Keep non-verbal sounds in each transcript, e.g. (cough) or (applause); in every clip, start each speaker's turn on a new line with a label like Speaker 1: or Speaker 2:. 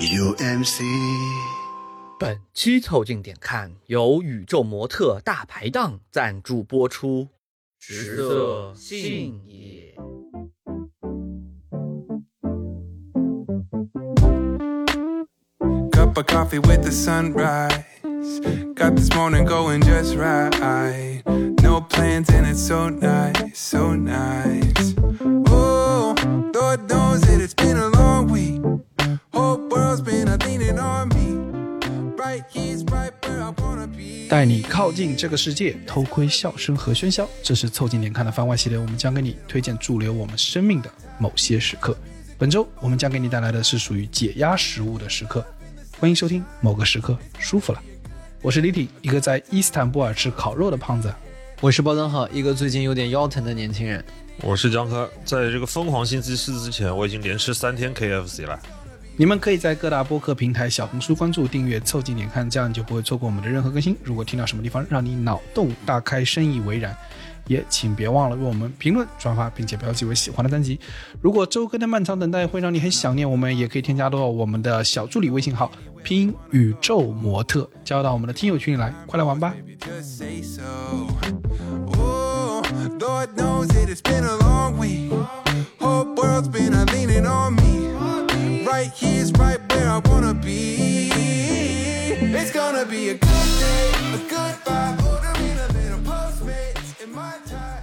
Speaker 1: UMC。
Speaker 2: 本期《凑近点看》由宇宙模特大排档赞助播出。
Speaker 3: 食色性也。
Speaker 4: Cup of coffee with the sunrise. Got this morning going just right. No plans and it's so nice, so nice. Oh, Lord knows that it's been a long week. Whole world's been a leaning on me. Right here's right where I wanna be.
Speaker 5: 带你靠近这个世界，偷窥笑声和喧嚣。这是凑近点看的番外系列，我们将给你推荐驻留我们生命的某些时刻。本周我们将给你带来的是属于解压食物的时刻，欢迎收听《某个时刻舒服了》。我是李挺，一个在伊斯坦布尔吃烤肉的胖子。
Speaker 6: 我是包三号，一个最近有点腰疼的年轻人。
Speaker 7: 我是江科，在这个疯狂星期四之前，我已经连吃三天 KFC 了。
Speaker 5: 你们可以在各大播客平台、小红书关注、订阅、凑近点看，这样你就不会错过我们的任何更新。如果听到什么地方让你脑洞大开、深以为然，也请别忘了为我们评论、转发，并且标记为喜欢的单集。如果周更的漫长等待会让你很想念我们，也可以添加到我们的小助理微信号“拼音宇宙模特”，加入到我们的听友群里来，快来玩吧！
Speaker 4: Baby, just say so. Ooh, Lord knows that it's been a long week. Whole world's been a leaning on me. Right here's right where I wanna be. It's gonna be a good day, a good vibe. Ordering a little Postmates in my time.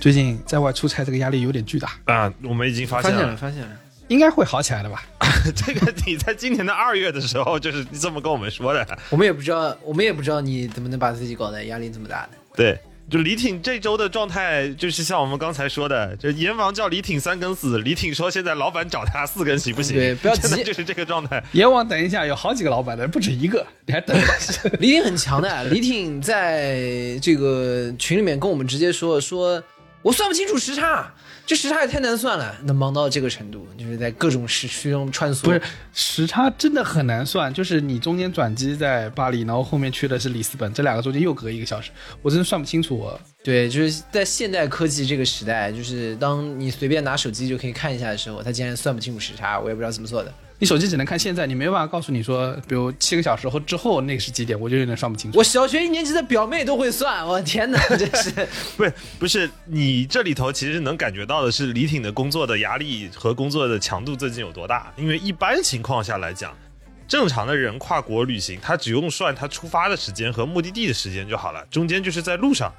Speaker 5: 最近在外出差这个压力有点巨大，
Speaker 7: 啊，我们已经发
Speaker 6: 发
Speaker 7: 现
Speaker 6: 现
Speaker 7: 了，
Speaker 6: 了，发现了。
Speaker 5: 应该会好起来的吧？
Speaker 7: (laughs) 这个你在今年的二月的时候就是这么跟我们说的。
Speaker 6: 我们也不知道，我们也不知道你怎么能把自己搞得压力这么大的。
Speaker 7: 对，就李挺这周的状态，就是像我们刚才说的，就阎王叫李挺三更死，李挺说现在老板找他四更行不行？
Speaker 6: 对不要急
Speaker 7: (laughs) 真的就是这个状态。
Speaker 5: 阎王，等一下，有好几个老板的，不止一个，你还等着？
Speaker 6: 李挺很强 (laughs) 的，啊李挺在这个群里面跟我们直接说说，我算不清楚时差，啊这时差也太难算了，能忙到这个程度，就是在各种时区中穿梭。
Speaker 5: 不是，时差真的很难算，就是你中间转机在巴黎，然后后面去的是里斯本，这两个中间又隔一个小时，我真的算不清楚我。
Speaker 6: 对，就是在现代科技这个时代，就是当你随便拿手机就可以看一下的时候，他竟然算不清楚时差，我也不知道怎么做的。
Speaker 5: 你手机只能看现在，你没办法告诉你说，比如七个小时后之后那个是几点，我就有点算不清楚。
Speaker 6: (laughs) 我小学一年级的表妹都会算，我天 (laughs) 哪，真是。
Speaker 7: 不是不是，你这里头其实能感觉到的是李挺的工作的压力和工作的强度最近有多大。因为一般情况下来讲，正常的人跨国旅行，他只用算他出发的时间和目的地的时间就好了，中间就是在路上。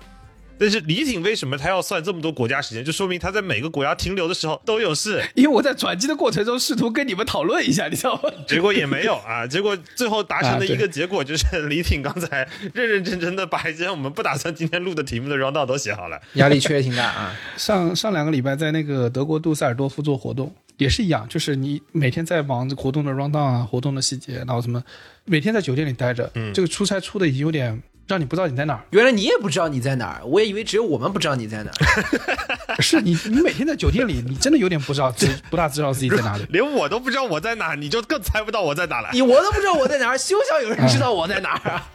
Speaker 7: 但是李挺为什么他要算这么多国家时间？就说明他在每个国家停留的时候都有事，
Speaker 5: 因为我在转机的过程中试图跟你们讨论一下，你知道吗？
Speaker 7: 结果也没有啊。结果最后达成的一
Speaker 5: 啊
Speaker 7: 个
Speaker 5: 对
Speaker 7: 结果就是李挺刚才认认真真的把一些我们不打算今天录的题目的 round 都写好了。
Speaker 6: 压力确实挺大啊。
Speaker 5: 上上两个礼拜在那个德国杜塞尔多夫做活动，也是一样，就是你每天在忙着活动的 round down 啊，活动的细节，然后什么，每天在酒店里待着，这个出差出的已经有点让你不知道你在哪儿。
Speaker 6: 原来你也不知道你在哪儿，我也以为只有我们不知道你在哪儿。
Speaker 5: (laughs) 是你，你每天在酒店里，你真的有点不知道自不大知道自己在哪里。
Speaker 7: 连我都不知道我在哪，你就更猜不到我在哪了。
Speaker 6: (laughs) 你我都不知道我在哪儿，休想有人知道我在哪儿啊！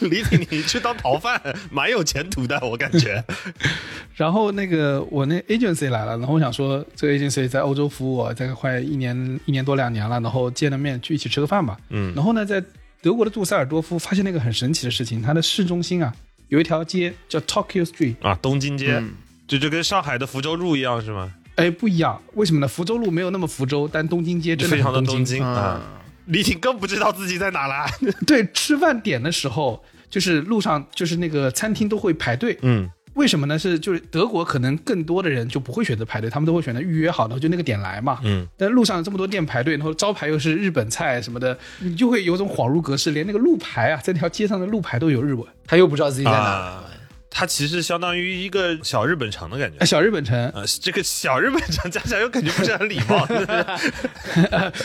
Speaker 7: 李挺，你去当逃犯，蛮有前途的，我感觉。
Speaker 5: (laughs) 然后那个我那 agency 来了，然后我想说这个 agency 在欧洲服务我大概快一年一年多两年了，然后见了面去一起吃个饭吧。
Speaker 7: 嗯
Speaker 5: 然后呢，在德国的杜塞尔多夫发现了一个很神奇的事情，它的市中心啊有一条街叫 Tokyo Street，
Speaker 7: 啊，东京街，就就跟上海的福州路一样，是吗？
Speaker 5: 哎不一样，为什么呢？福州路没有那么福州，但东京街真的
Speaker 7: 非常的
Speaker 5: 很
Speaker 7: 东
Speaker 5: 东
Speaker 7: 京啊。李挺更不知道自己在哪 (laughs) 啦。
Speaker 5: 对，吃饭点的时候，就是路上就是那个餐厅都会排队，
Speaker 7: 嗯，
Speaker 5: 为什么呢？是就是德国可能更多的人就不会选择排队，他们都会选择预约好，然后就那个点来嘛。
Speaker 7: 嗯，
Speaker 5: 但路上有这么多店排队，然后招牌又是日本菜什么的，你就会有种恍如隔世，连那个路牌啊，在那条街上的路牌都有日文。
Speaker 6: (laughs) 他又不知道自己在哪儿，
Speaker 7: 啊，它其实相当于一个小日本城的感觉
Speaker 5: 哎，。小日本城，
Speaker 7: (laughs) 呃，这个小日本城加起来又感觉不是很礼貌，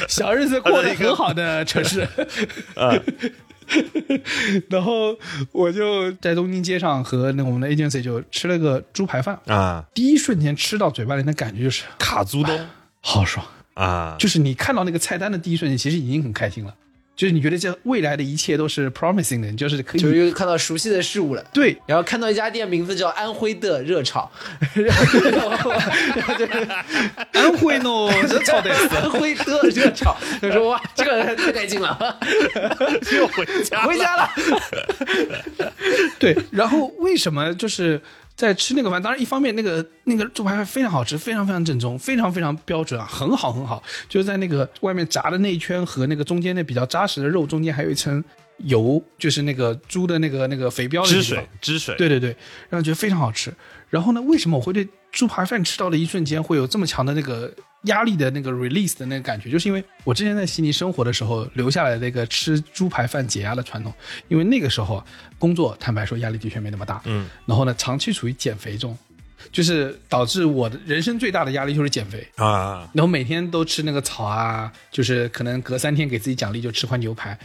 Speaker 5: 小日子过得很好的城市。 (laughs) 然后我就在东京街上和那我们的 agency 就吃了个猪排饭，
Speaker 7: 啊，
Speaker 5: 第一瞬间吃到嘴巴里的感觉就是
Speaker 7: 卡租东
Speaker 5: 好爽，
Speaker 7: 啊，
Speaker 5: (laughs) 就是你看到那个菜单的第一瞬间，其实已经很开心了。就是你觉得这未来的一切都是 promising 的，你就是可以
Speaker 6: 就是又看到熟悉的事物了。
Speaker 5: 对，
Speaker 6: 然后看到一家店名字叫安徽的热炒， (laughs) 然后然后然后就是
Speaker 5: 安徽喏，这操的死，
Speaker 6: 安徽的热炒， (laughs) 就说哇，这个太带 (laughs) 劲了，
Speaker 7: 又回家，
Speaker 6: 回家了。
Speaker 5: 对，然后为什么就是在吃那个饭？当然，一方面那个那个猪排饭非常好吃，非常非常正宗，非常非常标准啊，很好很好。就是在那个外面炸的那一圈和那个中间那比较扎实的肉中间还有一层油，就是那个猪的那个那个肥膘的
Speaker 7: 汁
Speaker 5: 地方
Speaker 7: 水，汁水，
Speaker 5: 对对对，让人觉得非常好吃。然后呢，为什么我会对猪扒饭吃到的一瞬间会有这么强的那个压力的那个 release 的那个感觉？就是因为我之前在悉尼生活的时候留下来的那个吃猪排饭解压的传统，因为那个时候啊工作坦白说压力的确没那么大，
Speaker 7: 嗯，
Speaker 5: 然后呢，长期处于减肥中，就是导致我的人生最大的压力就是减肥。
Speaker 7: 啊，
Speaker 5: 然后每天都吃那个草啊，就是可能隔三天给自己奖励就吃块牛排。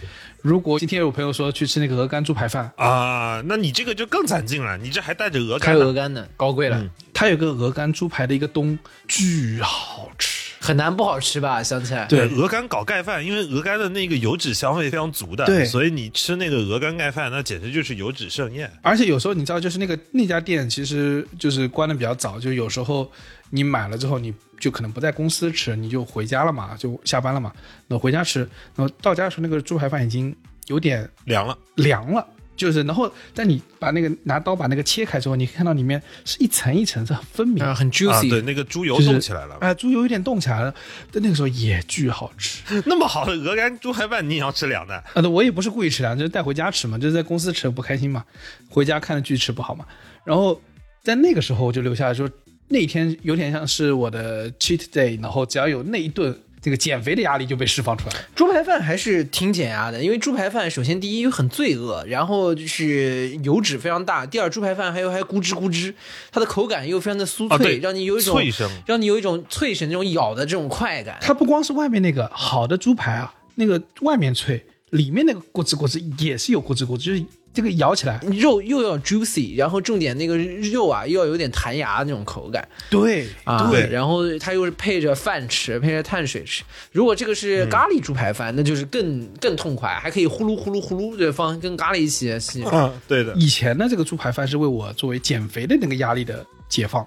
Speaker 5: 如果今天有朋友说去吃那个鹅肝猪排饭，
Speaker 7: 啊，那你这个就更攒劲了，你这还带着鹅
Speaker 6: 还
Speaker 7: 肝
Speaker 6: 有
Speaker 7: 呢
Speaker 6: 鹅肝呢，高贵了，
Speaker 7: 嗯
Speaker 5: 它有个鹅肝猪排的一个冬，巨好吃。
Speaker 6: 很难不好吃吧？想起来，
Speaker 5: 对
Speaker 7: 鹅肝搞盖饭，因为鹅肝的那个油脂香味非常足的，
Speaker 5: 对
Speaker 7: 所以你吃那个鹅肝盖饭，那简直就是油脂盛宴。
Speaker 5: 而且有时候你知道，就是那个那家店其实就是关的比较早，就有时候你买了之后，你就可能不在公司吃，你就回家了嘛，就下班了嘛，那回家吃，然后到家的时候那个猪排饭已经有点
Speaker 7: 凉了，
Speaker 5: 凉了。就是，然后，但你把那个拿刀把那个切开之后，你看到里面是一层一层，是很分明的。
Speaker 6: 嗯，很
Speaker 7: 啊，
Speaker 6: juicy，
Speaker 7: 对，那个猪油
Speaker 5: 就是
Speaker 7: 动起来了。
Speaker 5: 哎，猪油有点动起来了，但那个时候也巨好吃。
Speaker 7: 那么好的鹅肝猪排饭，你也要吃凉的？
Speaker 5: 啊，对，我也不是故意吃凉，就是带回家吃嘛，就是在公司吃不开心嘛，回家看了剧吃不好嘛。然后在那个时候我就留下来说，那天有点像是我的 cheat day，然后只要有那一顿，这个减肥的压力就被释放出来了。
Speaker 6: 猪排饭还是挺减压的，因为猪排饭首先第一很罪恶，然后就是油脂非常大。第二，猪排饭还有还有咕吱咕吱，它的口感又非常的酥
Speaker 7: 啊
Speaker 6: 脆，
Speaker 7: 对
Speaker 6: 让你有一种
Speaker 7: 脆声
Speaker 6: 让你有一种脆声这种咬的这种快感。
Speaker 5: 它不光是外面那个好的猪排啊，那个外面脆，里面那个咕吱咕吱也是有咕吱咕吱，就是这个咬起来，
Speaker 6: 肉又要 juicy，然后重点那个肉啊又要有点弹牙那种口感
Speaker 5: 对
Speaker 6: 啊，
Speaker 7: 对
Speaker 6: 然后它又是配着饭吃，配着碳水吃。如果这个是咖喱猪排饭，那就是更更痛快，还可以呼噜呼噜呼噜，对，放跟咖喱一起吸。
Speaker 7: 嗯，对的。
Speaker 5: 以前呢，这个猪排饭是为我作为减肥的那个压力的解放，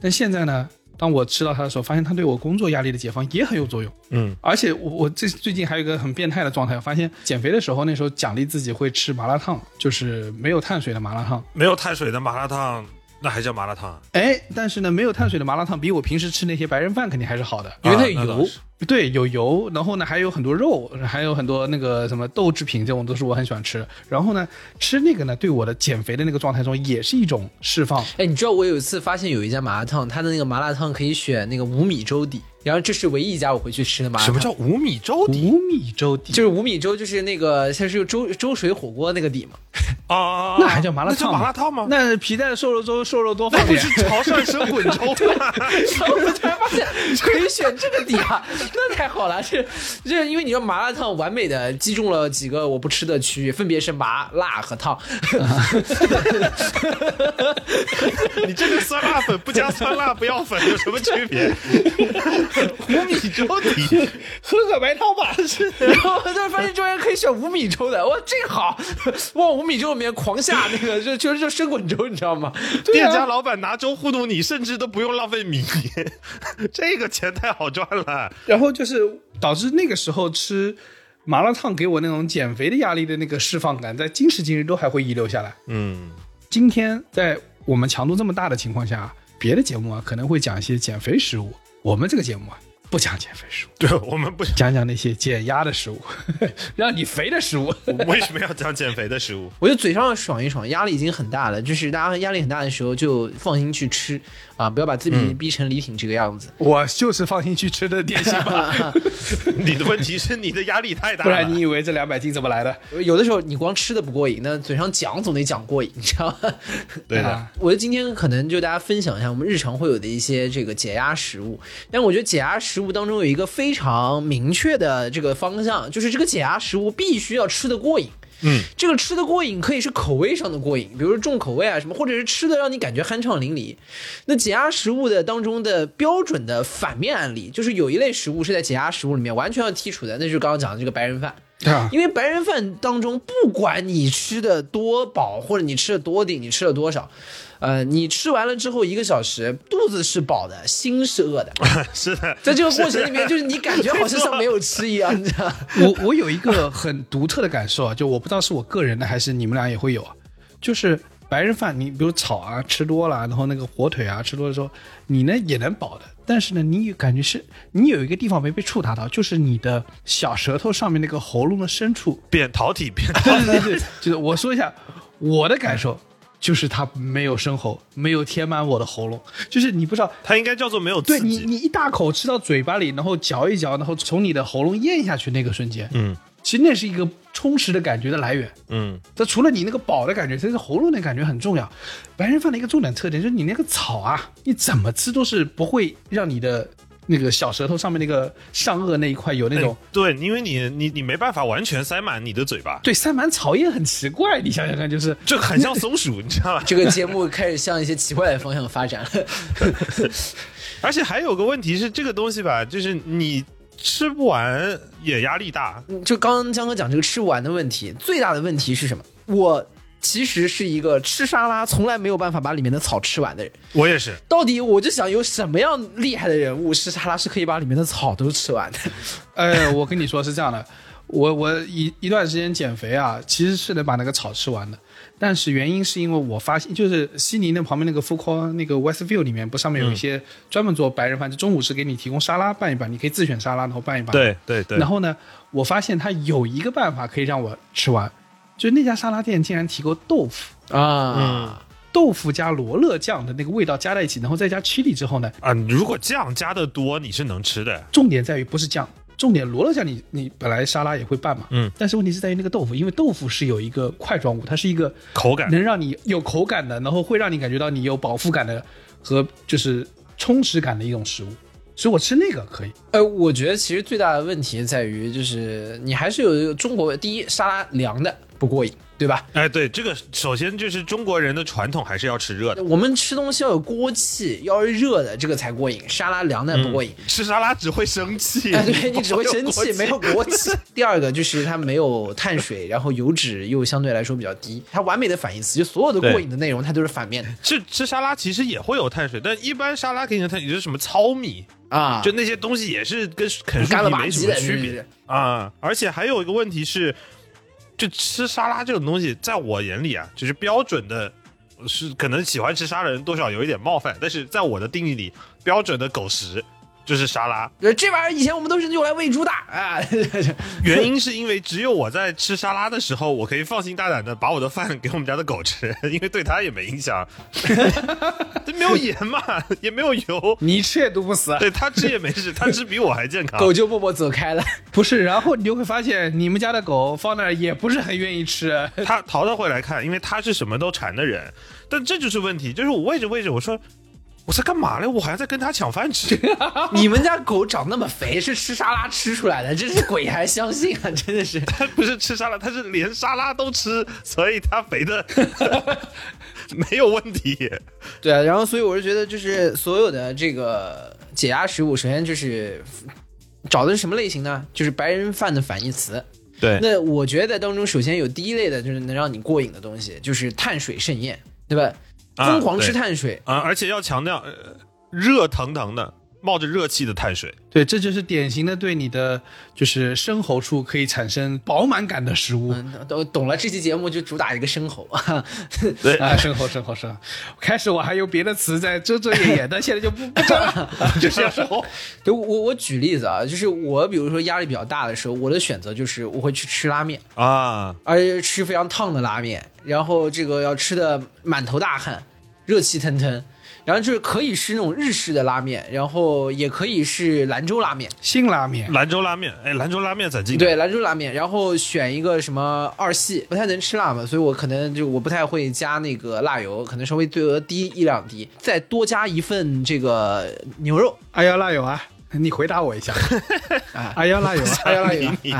Speaker 5: 但现在呢，当我吃到它的时候，发现它对我工作压力的解放也很有作用。
Speaker 7: 嗯，
Speaker 5: 而且我我最最近还有一个很变态的状态，我发现减肥的时候，那时候奖励自己会吃麻辣烫，就是没有碳水的麻辣烫。
Speaker 7: 没有碳水的麻辣烫，那还叫麻辣烫啊？
Speaker 5: 哎，但是呢，没有碳水的麻辣烫比我平时吃那些白人饭肯定还是好的。 (laughs)
Speaker 6: 因为它有
Speaker 7: 那倒
Speaker 6: 油
Speaker 7: 是
Speaker 5: 对，有油，然后呢还有很多肉，还有很多那个什么豆制品，这种都是我很喜欢吃。然后呢，吃那个呢，对我的减肥的那个状态中也是一种释放。
Speaker 6: 哎，你知道我有一次发现有一家麻辣烫，它的那个麻辣烫可以选那个五米粥底，然后这是唯一一家我回去吃的麻辣
Speaker 7: 什
Speaker 6: 烫。
Speaker 7: 么叫五米粥底
Speaker 5: 五米粥底，
Speaker 6: 就是五米粥，就是那个像是粥粥水火锅那个底嘛， (laughs)
Speaker 7: 啊？
Speaker 5: 哦那还叫麻辣烫
Speaker 7: 那叫
Speaker 5: 吗
Speaker 7: 麻辣烫吗？
Speaker 5: 那皮蛋瘦肉粥，瘦肉多
Speaker 7: 那
Speaker 5: 放
Speaker 7: 不
Speaker 5: 点
Speaker 7: 是。潮汕生滚粥吗？ (laughs)
Speaker 6: 然后我突然发现可以选这个底啊，那太好了！这这因为你知道麻辣烫完美的击中了几个我不吃的区域，分别是麻辣和烫。 (laughs)
Speaker 7: 你这个酸辣粉不加酸辣不要粉有什么区别？ (laughs) 五米粥底，喝个白汤吧。是
Speaker 6: (laughs) 然后我突然发现居然可以选五米粥的，哇，这个好！ (laughs) 往五米粥里面狂下那个，就就是就生滚粥，你知道吗？
Speaker 7: 店家老板拿粥糊弄你，甚至都不用浪费米， (laughs) 这个钱太好赚了。
Speaker 5: 然后就是导致那个时候吃麻辣烫给我那种减肥的压力的那个释放感，在今时今日都还会遗留下来。
Speaker 7: 嗯，
Speaker 5: 今天在我们强度这么大的情况下，别的节目啊可能会讲一些减肥食物，我们这个节目啊不讲减肥食物，
Speaker 7: 对我们不 (laughs)
Speaker 5: 讲讲那些减压的食物， (laughs) 让你肥的食物。
Speaker 7: 为什么要讲减肥的食物？
Speaker 6: (laughs)
Speaker 7: (laughs)
Speaker 6: 我觉得嘴上爽一爽，压力已经很大了，就是大家压力很大的时候就放心去吃啊，不要把自己逼成李挺这个样子。
Speaker 5: 我就是放心去吃的点心 (laughs) 吧，
Speaker 7: 你的问题是你的压力太大
Speaker 5: 不
Speaker 7: 了。
Speaker 5: 然你以为这两百斤怎么来的？
Speaker 6: 有的时候你光吃的不过瘾，那嘴上讲总得讲过瘾，你知道吗？
Speaker 7: 对的，
Speaker 5: 啊
Speaker 6: 我觉得今天可能就大家分享一下我们日常会有的一些这个解压食物，但我觉得解压食物当中有一个非常明确的这个方向，就是这个解压食物必须要吃得过瘾。
Speaker 7: 嗯，
Speaker 6: 这个吃的过瘾可以是口味上的过瘾，比如说重口味啊什么，或者是吃的让你感觉酣畅淋漓。那解压食物的当中的标准的反面案例，就是有一类食物是在解压食物里面完全要剔除的，那就是刚刚讲的这个白人饭。
Speaker 5: 对啊，
Speaker 6: 因为白人饭当中，不管你吃的多饱，或者你吃的多顶，你吃了多少，呃，你吃完了之后一个小时，肚子是饱的，心是饿 (laughs) 的。
Speaker 7: 是的，
Speaker 6: 在这个过程里面，就是你感觉好像像没有吃一样，你知道？
Speaker 5: (laughs) 我我有一个很独特的感受啊，就我不知道是我个人的还是你们俩也会有啊，就是白人饭，你比如炒啊吃多了，然后那个火腿啊吃多了之后，你呢也能饱的，但是呢你也感觉是你有一个地方没被触达到，就是你的小舌头上面那个喉咙的深处。
Speaker 7: 扁桃体扁
Speaker 5: 对对对对，就是我说一下我的感受。就是它没有生喉，没有填满我的喉咙，就是你不知道
Speaker 7: (laughs) 它应该叫做没有
Speaker 5: 对
Speaker 7: 刺
Speaker 5: 你，
Speaker 7: 激。
Speaker 5: 你一大口吃到嘴巴里，然后嚼一嚼，然后从你的喉咙咽下去那个瞬间，
Speaker 7: 嗯
Speaker 5: 其实那是一个充实的感觉的来源。
Speaker 7: 嗯，
Speaker 5: 这除了你那个饱的感觉，其实喉咙的感觉很重要。白人饭的一个重点特点就是你那个草啊，你怎么吃都是不会让你的那个小舌头上面那个上颚那一块有那种、
Speaker 7: 哎对，因为你你你没办法完全塞满你的嘴巴， (laughs)
Speaker 5: 对塞满草也很奇怪。你想想看，就是
Speaker 7: 就很像松鼠，你知
Speaker 5: (laughs)
Speaker 7: 道吧？
Speaker 6: 这个节目开始向一些奇怪的方向发展了。
Speaker 7: 而且还有个问题是，这个东西吧，就是你吃不完也压力大。
Speaker 6: (laughs)
Speaker 5: 嗯
Speaker 6: 就刚刚江哥讲这个吃不完的问题，最大的问题是什么？我其实是一个吃沙拉从来没有办法把里面的草吃完的人。
Speaker 7: 我也是，
Speaker 6: 到底我就想有什么样厉害的人物吃沙拉是可以把里面的草都吃完的？
Speaker 5: 呃，我跟你说是这样的，我我一一段时间减肥啊，其实是能把那个草吃完的，但是原因是因为我发现，就是悉尼那旁边那个 f u 那个 Westview 里面，不上面有一
Speaker 7: 嗯
Speaker 5: 些专门做白人饭，就中午是给你提供沙拉拌一拌，你可以自选沙拉然后拌一拌。。
Speaker 7: 对对对
Speaker 5: 然，后呢，我发现它有一个办法可以让我吃完，就是那家沙拉店竟然提供豆腐，
Speaker 6: 啊，
Speaker 5: 豆腐加罗勒酱的那个味道加在一起，然后再加 chili 之后呢，
Speaker 7: 啊，如果酱加的多，你是能吃的。
Speaker 5: 重点在于不是酱，重点罗勒酱你你本来沙拉也会拌嘛，
Speaker 7: 嗯，
Speaker 5: 但是问题是在于那个豆腐，因为豆腐是有一个块状物，它是一个
Speaker 7: 口感
Speaker 5: 能让你有口感的，然后会让你感觉到你有饱腹感的和就是充实感的一种食物，所以我吃那个可以。
Speaker 6: 呃，我觉得其实最大的问题在于，就是你还是有一个中国第一沙拉凉的不过瘾，对吧？
Speaker 7: 哎，对，这个首先就是中国人的传统还是要吃热的，
Speaker 6: 我们吃东西要有锅气，要是热的，这个才过瘾，沙拉凉的不过瘾。
Speaker 7: 嗯吃沙拉只会生气。
Speaker 6: (laughs) 哎， (laughs) 对你
Speaker 7: (laughs)
Speaker 6: 只会生
Speaker 7: 国
Speaker 6: 气，没有国气。第二个就是它没有碳水，然后油脂又相对来说比较低，它完美的反义词，就所有的
Speaker 7: 对
Speaker 6: 过瘾的内容它都是反面的
Speaker 7: 吃吃沙拉其实也会有碳水，但一般沙拉给你的碳水就是什么糙米，
Speaker 6: 啊。
Speaker 7: 就那些东西也是跟啃
Speaker 6: 干
Speaker 7: 树
Speaker 6: 了
Speaker 7: 皮
Speaker 6: 吧
Speaker 7: 没什
Speaker 6: 唧
Speaker 7: 么
Speaker 6: 的
Speaker 7: 区
Speaker 6: 对对
Speaker 7: 别
Speaker 6: 对
Speaker 7: 啊。而且还有一个问题是，就吃沙拉这种东西，在我眼里啊，就是标准的，是可能喜欢吃沙的人多少有一点冒犯，但是在我的定义里，标准的狗食就是沙拉。
Speaker 6: 呃这玩意儿以前我们都是用来喂猪的啊， (laughs)
Speaker 7: 原因是因为只有我在吃沙拉的时候，我可以放心大胆的把我的饭给我们家的狗吃，因为对它也没影响。这没有盐嘛，也没有油，
Speaker 5: 你吃也毒不 (laughs) 死，
Speaker 7: 对它吃也没事，它吃比我还健康。
Speaker 6: 狗就默默走开了。
Speaker 5: 不是？然后你就会发现，你们家的狗放那儿也不是很愿意吃。
Speaker 7: 他淘淘会来看，因为他是什么都馋的人。但这就是问题，就是我喂着喂着，我说我在干嘛嘞？我好像在跟他抢饭吃。
Speaker 6: 你们家狗长那么肥是吃沙拉吃出来的，真是鬼还相信啊！真的是，
Speaker 7: 他不是吃沙拉，他是连沙拉都吃，所以他肥的 (laughs) 没有问题。
Speaker 6: 对啊。然后所以我是觉得，就是所有的这个解压食物，首先就是找的是什么类型呢？就是白人饭的反义词。
Speaker 7: 对
Speaker 6: 那我觉得当中，首先有第一类的就是能让你过瘾的东西，就是碳水盛宴，对吧？
Speaker 7: 啊
Speaker 6: 疯狂吃
Speaker 7: 对
Speaker 6: 碳水，
Speaker 7: 啊，而且要强调，呃热腾腾的、冒着热气的碳水。
Speaker 5: 对，这就是典型的对你的就是生喉处可以产生饱满感的食物。
Speaker 6: 嗯，都懂了。这期节目就主打一个生喉，
Speaker 7: 对 (laughs)
Speaker 5: 啊，生活生活生活。开始我还有别的词在遮遮掩掩，但现在就不不遮了，就是要生活。
Speaker 6: (laughs) 对我我我举例子啊，就是我比如说压力比较大的时候，我的选择就是我会去吃拉面，
Speaker 7: 啊，
Speaker 6: 而且吃非常烫的拉面，然后这个要吃的满头大汗，热气腾腾。然后就是可以是那种日式的拉面，然后也可以是兰州拉面，
Speaker 5: 辛拉面，
Speaker 7: 兰州拉面，哎，兰州拉面攒劲。
Speaker 6: 对，兰州拉面，然后选一个什么二系，不太能吃辣嘛，所以我可能就我不太会加那个辣油，可能稍微对额低一两滴，再多加一份这个牛肉，
Speaker 5: 哎呀，辣友啊，你回答我一下。
Speaker 6: 啊
Speaker 5: 哎呀拉油，哎呀拉油！
Speaker 7: 你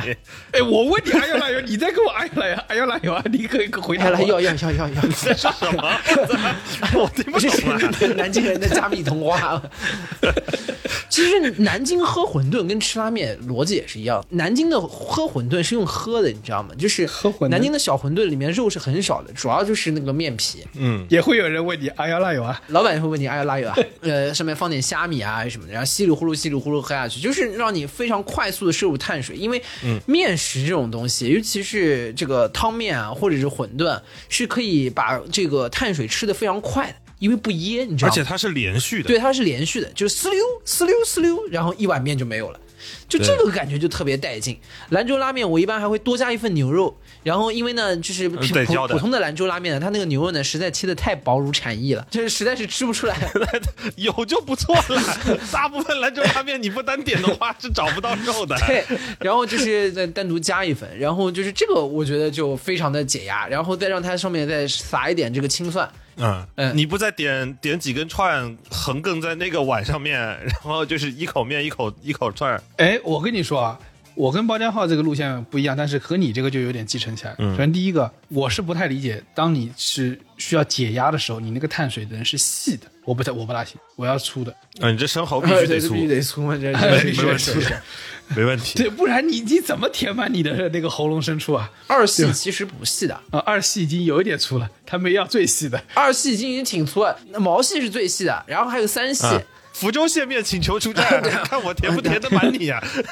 Speaker 5: 哎，我问你哎呀拉油，你再给我哎呀拉油，哎呀拉油啊！你可以回答
Speaker 6: 哎来来
Speaker 5: 我。
Speaker 6: 要要要要要，
Speaker 7: 这是什么？
Speaker 6: (laughs)
Speaker 7: 我听
Speaker 6: 不
Speaker 7: 不
Speaker 6: 是
Speaker 7: 懂
Speaker 6: 是
Speaker 7: 啊！
Speaker 6: 南京人的加密通话。啊其实南京喝馄饨跟吃拉面逻辑也是一样，南京的喝馄饨是用喝的，你知道吗？就是
Speaker 5: 喝馄饨
Speaker 6: 南京的小馄饨里面肉是很少的，主要就是那个面皮。
Speaker 7: (laughs) 嗯，
Speaker 5: 也会有人问你哎呀拉油啊？
Speaker 6: 老板也会问你哎呀拉油啊， (laughs) 呃，上面放点虾米啊什么的，然后稀里呼噜稀里呼噜喝下去，就是让你非常快速的摄入碳水，因为
Speaker 7: 嗯
Speaker 6: 面食这种东西，尤其是这个汤面啊或者是馄饨，是可以把这个碳水吃的非常快的，因为不噎，你知道
Speaker 7: 而
Speaker 6: 吗？
Speaker 7: 且它是连续的，
Speaker 6: 对，它是连续的，就是撕溜撕溜撕溜，然后一碗面就没有了。就这个感觉就特别带劲。兰州拉面我一般还会多加一份牛肉，然后因为呢，就是普
Speaker 7: 嗯对
Speaker 6: 普
Speaker 7: 浇的
Speaker 6: 普通的兰州拉面呢，啊它那个牛肉呢实在切的太薄如
Speaker 7: (laughs)
Speaker 6: 蝉翼了，就是实在是吃不出来。
Speaker 7: 有就不错了。 (laughs) 大部分兰州拉面你不单点的话是找不到肉的。
Speaker 6: 对，然后就是再单独加一份，然后就是这个我觉得就非常的解压，然后再让它上面再撒一点这个青蒜，
Speaker 7: 嗯
Speaker 6: 嗯
Speaker 7: 你不再点点几根串横亘在那个碗上面，然后就是一口面一口一口串儿，
Speaker 5: 哎，我跟你说啊，我跟包家浩这个路线不一样，但是和你这个就有点继承起来了。首先第一个，我是不太理解，当你是需要解压的时候，你那个碳水能是细的，我不太我不大行，我要粗的，
Speaker 7: 嗯，你这生蚝必
Speaker 6: 哎
Speaker 7: 须得粗，哎
Speaker 6: 得粗
Speaker 7: (laughs)
Speaker 6: 嘛，这
Speaker 5: 必须
Speaker 7: 没
Speaker 5: 得
Speaker 7: 问
Speaker 5: 粗
Speaker 7: 题
Speaker 5: 的。，
Speaker 7: (laughs) 没问题。
Speaker 5: 对，不然你你怎么填满你的那个喉咙深处啊？
Speaker 6: 二细其实不细的，
Speaker 5: 啊，二细已经有一点粗了，他们要最细的。
Speaker 6: 二细已经挺粗了，那毛细是最细的，然后还有三细。
Speaker 7: 啊福州线面请求出战，看我填不填得满你啊呀、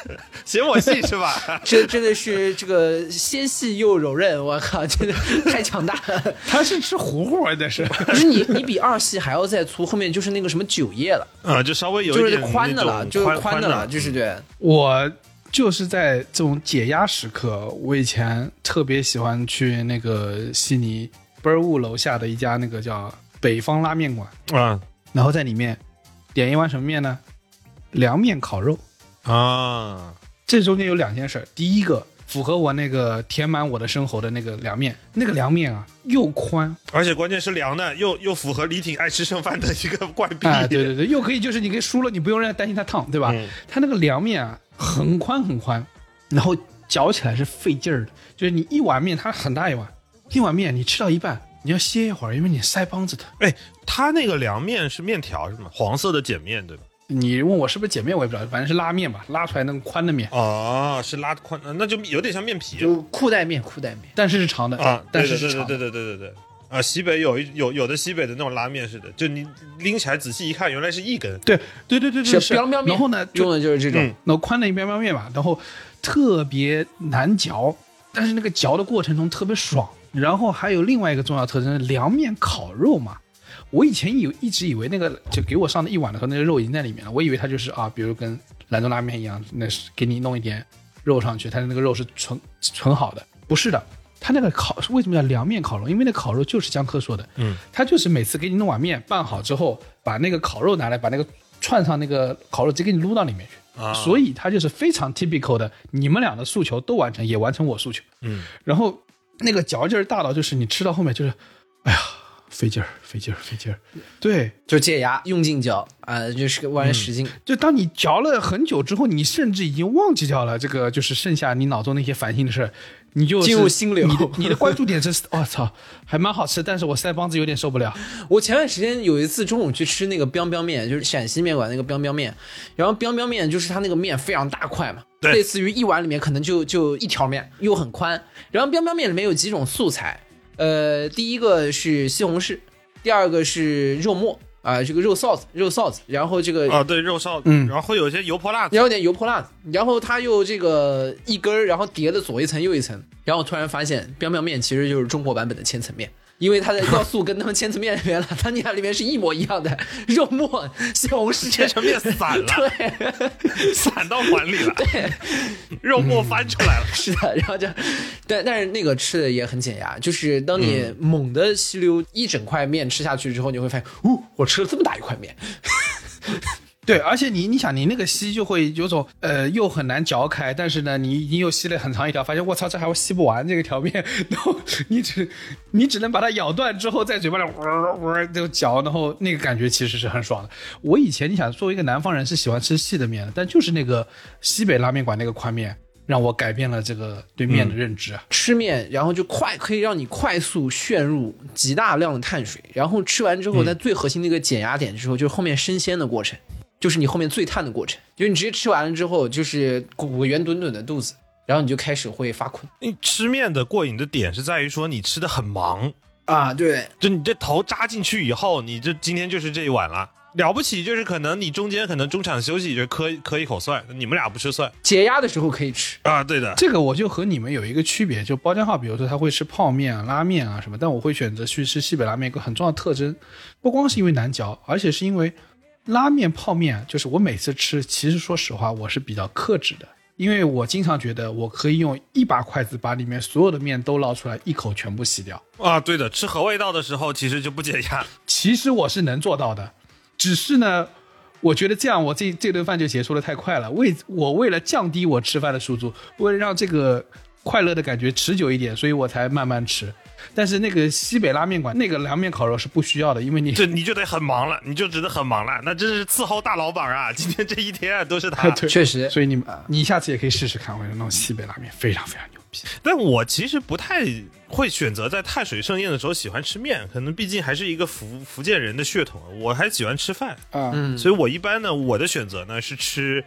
Speaker 7: 嫌我细是吧？
Speaker 6: 这真的是这个纤细又柔韧，我靠，真的太强大了！ (laughs)
Speaker 5: 他是吃糊糊啊，那是。
Speaker 6: 不是你，你比二细还要再粗，后面就是那个什么酒液了，
Speaker 7: (laughs) 啊，就稍微有
Speaker 6: 就
Speaker 7: 一
Speaker 6: 是
Speaker 7: 点
Speaker 6: 宽的
Speaker 7: 那
Speaker 6: 了，
Speaker 7: 种
Speaker 6: 就是
Speaker 7: 宽
Speaker 6: 的嗯了，
Speaker 7: 了，
Speaker 6: 就是对。
Speaker 5: (laughs) 我就是在这种解压时刻，我以前特别喜欢去那个悉尼贝尔坞楼下的一家那个叫北方拉面馆，
Speaker 7: 啊
Speaker 5: 然后在里面点一碗什么面呢？凉面烤肉。
Speaker 7: 啊，
Speaker 5: 这中间有两件事儿，第一个符合我那个填满我的生活的那个凉面，那个凉面啊又宽
Speaker 7: 而且关键是凉的，又又符合李挺爱吃剩饭的一个怪癖。
Speaker 5: (laughs) 哎，对对对，又可以就是你可以输了，你不用让担心它烫，对吧？
Speaker 7: 嗯
Speaker 5: 它那个凉面啊，很宽很宽，然后嚼起来是费劲儿的，就是你一碗面它很大一碗，一碗面你吃到一半你要歇一会儿，因为你腮帮子疼。
Speaker 7: 哎，他那个凉面是面条是吗？黄色的碱面对吧？
Speaker 5: 你问我是不是碱面，我也不知道，反正是拉面吧，拉出来那个宽的面，
Speaker 7: 哦，是拉宽，呃那就有点像面皮
Speaker 6: 就裤带面，裤带面，
Speaker 5: 但是是长的
Speaker 7: 啊。
Speaker 5: 但
Speaker 7: 对
Speaker 5: 是
Speaker 7: 对
Speaker 5: 是
Speaker 7: 对
Speaker 5: 长
Speaker 7: 对对
Speaker 5: 的。
Speaker 7: 对对对对。啊，西北有一有有的西北的那种拉面似的，就你拎起来仔细一看，原来是一根。
Speaker 5: 对对对对对，
Speaker 6: 彪彪面。
Speaker 5: 然后呢，就
Speaker 6: 用的就是这种
Speaker 7: 嗯，
Speaker 5: 然后宽的一边方面吧，然后特别难嚼，但是那个嚼的过程中特别爽。然后还有另外一个重要特征，凉面烤肉嘛。我以前以为一直以为那个就给我上的一碗的时候，那个肉已经在里面了，我以为它就是啊，比如跟兰州拉面一样，那是给你弄一点肉上去，它的那个肉是纯纯好的，不是的。它那个烤为什么叫凉面烤肉？因为那烤肉就是江科说的，
Speaker 7: 嗯，
Speaker 5: 他就是每次给你弄碗面拌好之后，把那个烤肉拿来，把那个串上那个烤肉直接给你撸到里面去，
Speaker 7: 啊
Speaker 5: 所以它就是非常 typical 的，你们俩的诉求都完成，也完成我诉求。
Speaker 7: 嗯，
Speaker 5: 然后那个嚼劲儿大到就是你吃到后面就是，哎呀，费劲儿，费劲儿，费劲儿。对，
Speaker 6: 就戒牙，用劲嚼啊，就是个万使劲。
Speaker 5: 就当你嚼了很久之后，你甚至已经忘记掉了这个，就是剩下你脑中那些烦心的事儿，你就
Speaker 6: 进入心流
Speaker 5: 你的你的关注点是，我、操，还蛮好吃，但是我腮帮子有点受不了。
Speaker 6: 我前段时间有一次中午去吃那个 biang biang 面，就是陕西面馆那个 biang biang 面，然后 biang biang 面就是它那个面非常大块嘛，
Speaker 7: 对
Speaker 6: 类似于一碗里面可能就就一条面，又很宽。然后 biang biang 面里面有几种素材，呃，第一个是西红柿，第二个是肉末啊、这个肉臊子，肉臊子，然后这个
Speaker 7: 啊，对，肉臊，
Speaker 5: 嗯
Speaker 7: 然后会有一些油泼辣子，
Speaker 6: 然后有点油泼辣子，然后它又这个一根儿，然后叠的左一层右一层，然后我突然发现 biang biang 面其实就是中国版本的千层面。因为它的要素跟他们千层面里面了，它俩里面是一模一样的肉末、西红柿、
Speaker 7: 千层面散了，
Speaker 6: (laughs)
Speaker 7: (laughs)
Speaker 6: 对，
Speaker 7: 散到碗里了，肉末翻出来了。
Speaker 6: 是的，然后就，但但是那个吃的也很解压，就是当你
Speaker 7: 嗯
Speaker 6: 猛的吸溜一整块面吃下去之后，你会发现，哦，我吃了这么大一块面，
Speaker 5: 对，而且你你想，你那个吸就会有种呃，又很难嚼开，但是呢，你已经又吸了很长一条，发现我操，这还吸不完这个条面， (laughs) 然后你只你只能把它咬断之后，在嘴巴里 (laughs) 呜呜呜就嚼，然后那个感觉其实是很爽的。我以前你想，作为一个南方人是喜欢吃细的面的，但就是那个西北拉面馆那个宽面，让我改变了这个对面的认知啊。
Speaker 6: 吃面，然后就快可以让你快速炫入极大量的碳水，然后吃完之后，在最核心的一个减压点之后，就是后面升鲜的过程，就是你后面最碳的过程，就是你直接吃完了之后，就是鼓个圆墩墩的肚子，然后你就开始会发困
Speaker 7: 你吃面的过瘾的点是在于说你吃的很忙，
Speaker 6: 啊，对，
Speaker 7: 就你这头扎进去以后，你这今天就是这一碗了。了不起就是可能你中间可能中场休息就磕磕一口蒜，你们俩不吃蒜
Speaker 6: 解压的时候可以吃，
Speaker 7: 啊？对的，
Speaker 5: 这个我就和你们有一个区别，就包间号，比如说他会吃泡面啊、拉面啊什么，但我会选择去吃西北拉面，一个很重要的特征，不光是因为难嚼，而且是因为拉面、泡面，就是我每次吃，其实说实话，我是比较克制的，因为我经常觉得我可以用一把筷子把里面所有的面都捞出来，一口全部吸掉。
Speaker 7: 啊，对的，吃合味道的时候其实就不解压。
Speaker 5: 其实我是能做到的，只是呢，我觉得这样我这这顿饭就结束的太快了。为我为了降低我吃饭的速度，为了让这个快乐的感觉持久一点，所以我才慢慢吃。但是那个西北拉面馆那个凉面烤肉是不需要的，因为你
Speaker 7: 这你就得很忙了，你就只能很忙了，那真是伺候大老板啊！今天这一天啊都是他。
Speaker 5: 对
Speaker 6: 确实
Speaker 5: 所以你你下次也可以试试看，我觉得那种西北拉面非常非常牛逼。
Speaker 7: 但我其实不太会选择在碳水盛宴的时候喜欢吃面，可能毕竟还是一个福福建人的血统，我还喜欢吃饭，
Speaker 5: 啊、
Speaker 7: 所以我一般呢，我的选择呢是吃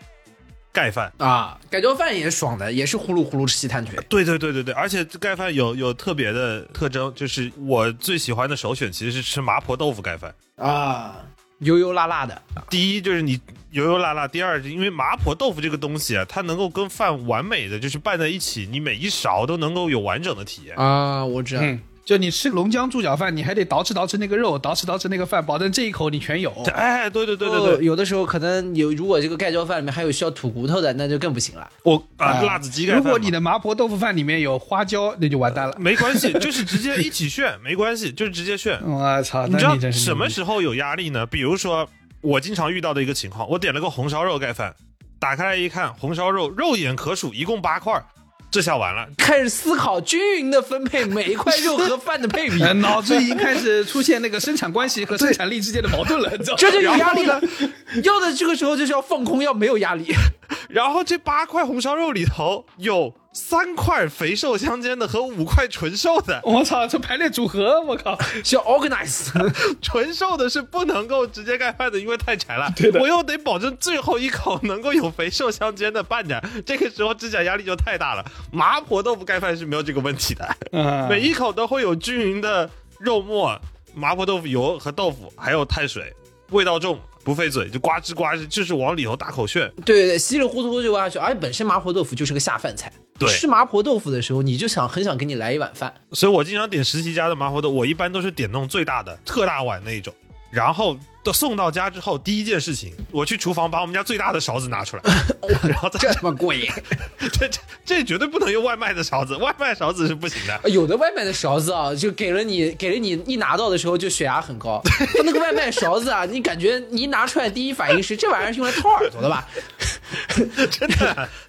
Speaker 7: 盖饭。
Speaker 6: 啊，盖浇饭也爽的，也是呼噜呼噜吸碳水。
Speaker 7: 对对对对对，而且盖饭有有特别的特征，就是我最喜欢的首选其实是吃麻婆豆腐盖饭。
Speaker 6: 啊，油油辣辣的，
Speaker 7: 第一就是你油油辣辣，第二是因为麻婆豆腐这个东西啊，它能够跟饭完美的就是拌在一起，你每一勺都能够有完整的体
Speaker 5: 哦
Speaker 7: 验。
Speaker 6: 啊，我知道，
Speaker 5: 嗯，就你吃龙江猪脚饭，你还得捯饬捯饬那个肉，捯饬捯饬那个饭，保证这一口你全有。
Speaker 7: 哎，对对对对
Speaker 6: 哦
Speaker 7: 对，
Speaker 6: 有的时候可能有，如果这个盖浇饭里面还有需要吐骨头的，那就更不行了。
Speaker 7: 我啊辣子鸡盖
Speaker 5: 如
Speaker 7: 饭嘛。
Speaker 5: 果你的麻婆豆腐饭里面有花椒，那就完蛋了。
Speaker 7: 没关系， (laughs) 就是直接一起炫，没关系，就是直接炫。
Speaker 5: 我操，
Speaker 7: 你知
Speaker 5: 啊那
Speaker 7: 道
Speaker 5: 你真是
Speaker 7: 什么
Speaker 5: 牛逼
Speaker 7: 时候有压力呢？比如说，我经常遇到的一个情况，我点了个红烧肉盖饭，打开来一看，红烧肉肉眼可数，一共八块儿，这下完了。
Speaker 6: 开始思考均匀的分配每一块肉和饭的配 (laughs) 比，
Speaker 5: 呃脑子已经开始出现那个生产关系和生产力之间的矛
Speaker 7: (laughs)
Speaker 5: 盾了，你知道吗？
Speaker 6: 这就有压力了。要的这个时候就是要放空，要没有压力。 (laughs)
Speaker 7: 然后这八块红烧肉里头有三块肥瘦相间的和五块纯瘦的，
Speaker 5: 我操，这排列组合，我
Speaker 7: (laughs)
Speaker 5: 靠！
Speaker 6: 是要 (laughs) organize，
Speaker 7: 纯瘦的是不能够直接盖饭的，因为太柴了。我又得保证最后一口能够有肥瘦相间的拌着， (laughs) 这个时候指甲压力就太大了。麻婆豆腐盖饭是没有这个问题的，
Speaker 5: 嗯
Speaker 7: 每一口都会有均匀的肉末、麻婆豆腐油和豆腐，还有碳水，味道重。不费嘴，就呱吱呱吱，就是往里头大口炫。
Speaker 6: 对对对，稀里糊涂就挖下去。而且本身麻婆豆腐就是个下饭菜。
Speaker 7: 对
Speaker 6: 吃麻婆豆腐的时候，你就想很想给你来一碗饭，
Speaker 7: 所以我经常点十七家的麻婆豆，我一般都是点那种最大的特大碗那一种。然后到送到家之后，第一件事情，我去厨房把我们家最大的勺子拿出来，然后再
Speaker 6: (laughs) 这他妈过 (laughs) 瘾！
Speaker 7: 这这这绝对不能用外卖的勺子，外卖勺子是不行的。
Speaker 6: 哎有的外卖的勺子啊，就给了你，给了你一拿到的时候就血压很高。那个外卖勺子啊，你感觉你一拿出来第一反应是这玩意儿是用来掏耳朵的吧？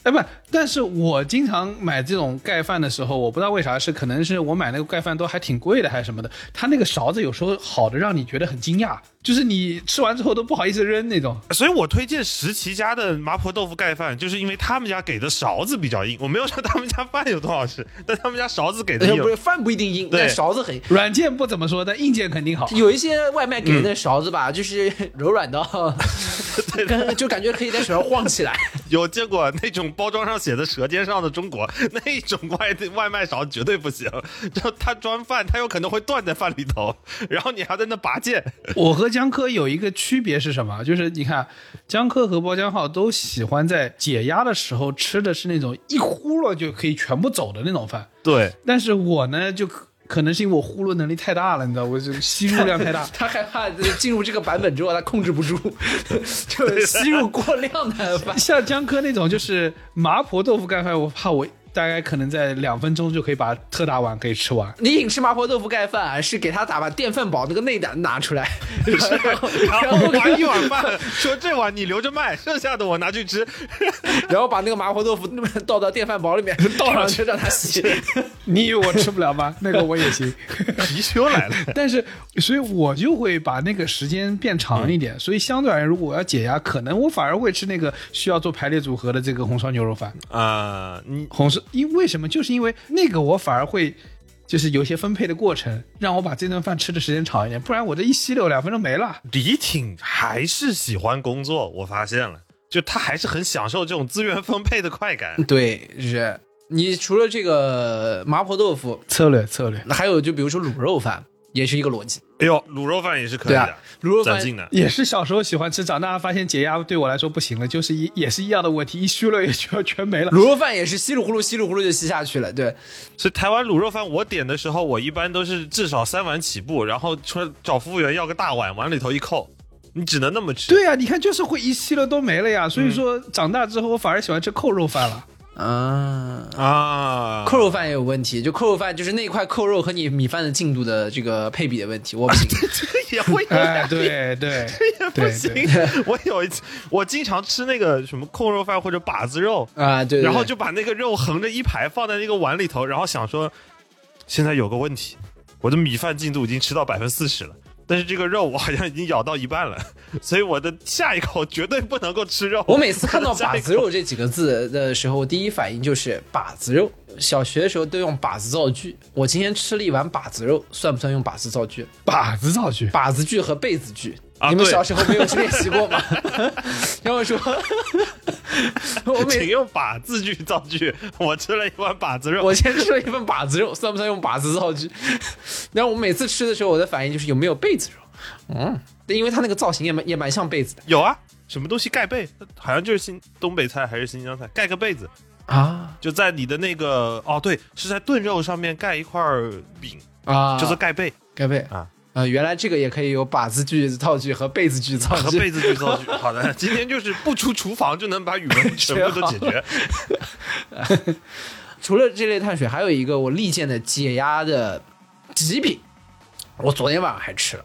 Speaker 5: 哎不，但是我经常买这种盖饭的时候，我不知道为啥是，可能是我买那个盖饭都还挺贵的，还是什么的。它那个勺子有时候好的让你觉得很惊讶，就是你吃完之后都不好意思扔那种。
Speaker 7: 所以我推荐石岐家的麻婆豆腐盖饭，就是因为他们家给的勺子比较硬。我没有说他们家饭有多好吃，但他们家勺子给的
Speaker 6: (laughs) 哎
Speaker 7: 硬
Speaker 6: 不。是饭不一定硬，
Speaker 7: 对
Speaker 6: 但勺子很。
Speaker 5: 软件不怎么说，但硬件肯定好。
Speaker 6: 有一些外卖给的那勺子吧，就是 (laughs) 柔软 (laughs) 到，跟就感觉可以在手上晃 (laughs) 起来。
Speaker 7: 有见过那种包装上写的“舌尖上的中国”那种外外卖勺绝对不行，然后它装饭，它有可能会断在饭里头，然后你还在那拔剑。
Speaker 5: 我和江科有一个区别是什么？就是你看，江科和包江浩都喜欢在解压的时候吃的是那种一呼噜就可以全部走的那种饭，
Speaker 7: 对，
Speaker 5: 但是我呢，就可可能是因为我呼噜能力太大了，你知道，我就吸入量
Speaker 6: (laughs)。
Speaker 5: 太大
Speaker 6: 他害怕进入这个版本之后，他控制不住， (laughs) 就吸入过量的饭。
Speaker 5: 像江科那种就是麻婆豆腐盖饭，我怕我大概可能在两分钟就可以把特大碗给吃完。
Speaker 6: 李颖吃麻婆豆腐盖饭啊，是给他打把淀粉煲那个内胆拿 (laughs) 出来，然后
Speaker 7: (laughs) 然
Speaker 6: 啊然
Speaker 7: 后
Speaker 6: 后
Speaker 7: 玩一碗饭， (laughs) 说这碗你留着卖，剩下的我拿去吃。 (laughs)
Speaker 6: 然后把那个麻婆豆腐 (laughs) 那么倒到电饭煲里面， (laughs) 倒上去让它洗。 (laughs)
Speaker 5: 你以为我吃不了吗？那个我也行。
Speaker 7: 貔貅来了，
Speaker 5: (laughs) 但是，所以我就会把那个时间变长一点。所以相对而言，如果我要解压，可能我反而会吃那个需要做排列组合的这个红烧牛肉饭。
Speaker 7: 啊，你
Speaker 5: 红烧，因为什么？就是因为那个我反而会。就是有一些分配的过程，让我把这顿饭吃的时间长一点，不然我这一吸溜两分钟没了。
Speaker 7: 李挺还是喜欢工作，我发现了，就他还是很享受这种资源分配的快
Speaker 6: (laughs)
Speaker 7: 感。
Speaker 6: 对，是你除了这个麻婆豆腐，
Speaker 5: 策略策略
Speaker 6: 还有就比如说卤肉饭，也是一个逻辑。
Speaker 7: 哎呦，卤肉饭也是可以
Speaker 6: 对
Speaker 7: 的，
Speaker 6: 啊，卤肉
Speaker 7: 攒
Speaker 6: 饭
Speaker 7: 劲的。
Speaker 5: 也是小时候喜欢吃，长大发现解压对我来说不行了，就是一也是一样的问题，一虚了也就全没了。
Speaker 6: (laughs) 卤肉饭也是稀里呼噜稀里呼噜就吸下去了。对，
Speaker 7: 所以台湾卤肉饭，我点的时候，我一般都是至少三碗起步，然后说找服务员要个大碗，往里头一扣，你只能那么吃。
Speaker 5: (laughs) 对啊呀、你看就是会一吸了都没了呀。所以说长大之后，我反而喜欢吃扣肉饭了。
Speaker 6: 啊，
Speaker 7: 啊，
Speaker 6: 扣肉饭也有问题，就扣肉饭就是那块扣肉和你米饭的进度的这个配比的问题，我
Speaker 7: (laughs)
Speaker 6: 不行。
Speaker 7: (laughs) 也会有
Speaker 5: 哎
Speaker 7: 呀，，
Speaker 5: (laughs) 对对
Speaker 7: 不
Speaker 5: 对对
Speaker 7: 行。
Speaker 6: (laughs)
Speaker 7: 我有一次，我经常吃那个什么扣肉饭或者把子肉，
Speaker 6: 啊，对对对
Speaker 7: 然后就把那个肉横着一排放在那个碗里头，然后想说，现在有个问题，我的米饭进度已经吃到百分之四十了。但是这个肉我好像已经咬到一半了， (laughs) 所以我的下一口绝对不能够吃肉。
Speaker 6: 我每次看
Speaker 7: (laughs) “
Speaker 6: 到
Speaker 7: 下
Speaker 6: 把
Speaker 7: 一口
Speaker 6: 子肉这几个字的时候，我第一反应就是把子肉。小学的时候都用把子造句，我今天吃了一碗把子肉，算不算用把子
Speaker 7: (laughs)
Speaker 6: 造句？
Speaker 5: 把子造句，
Speaker 6: 把子句和被子句，
Speaker 7: 啊
Speaker 6: 你们
Speaker 7: 对
Speaker 6: 小时候没有去练习过
Speaker 7: (laughs)
Speaker 6: 吗？然后说， (laughs) 我
Speaker 7: 请
Speaker 6: 每
Speaker 7: 用“把”字句造句。我吃了一碗把子肉，
Speaker 6: (laughs) 我先吃了一份把子肉，算不算用把子造句？ (laughs) 然后我每次吃的时候，我的反应就是有没有被子肉？嗯，因为它那个造型也蛮也蛮像被子的
Speaker 7: 有啊，什么东西盖被？好像就是新东北菜还是新疆菜，盖个被子，
Speaker 6: 啊
Speaker 7: 就在你的那个哦，对，是在炖肉上面盖一块饼，
Speaker 6: 啊，
Speaker 7: 就是盖被
Speaker 6: 该被
Speaker 7: 啊。
Speaker 6: 啊，原来这个也可以有把字句造句和被字句造
Speaker 7: 和
Speaker 6: 句，
Speaker 7: 被
Speaker 6: (laughs)
Speaker 7: 子去造句。好的，今天就是不出厨房就能把语文全部都解
Speaker 6: (laughs) 啊
Speaker 7: 决。
Speaker 6: 除了这类碳水，还有一个我力荐的解压的极品，我昨天晚上还吃了。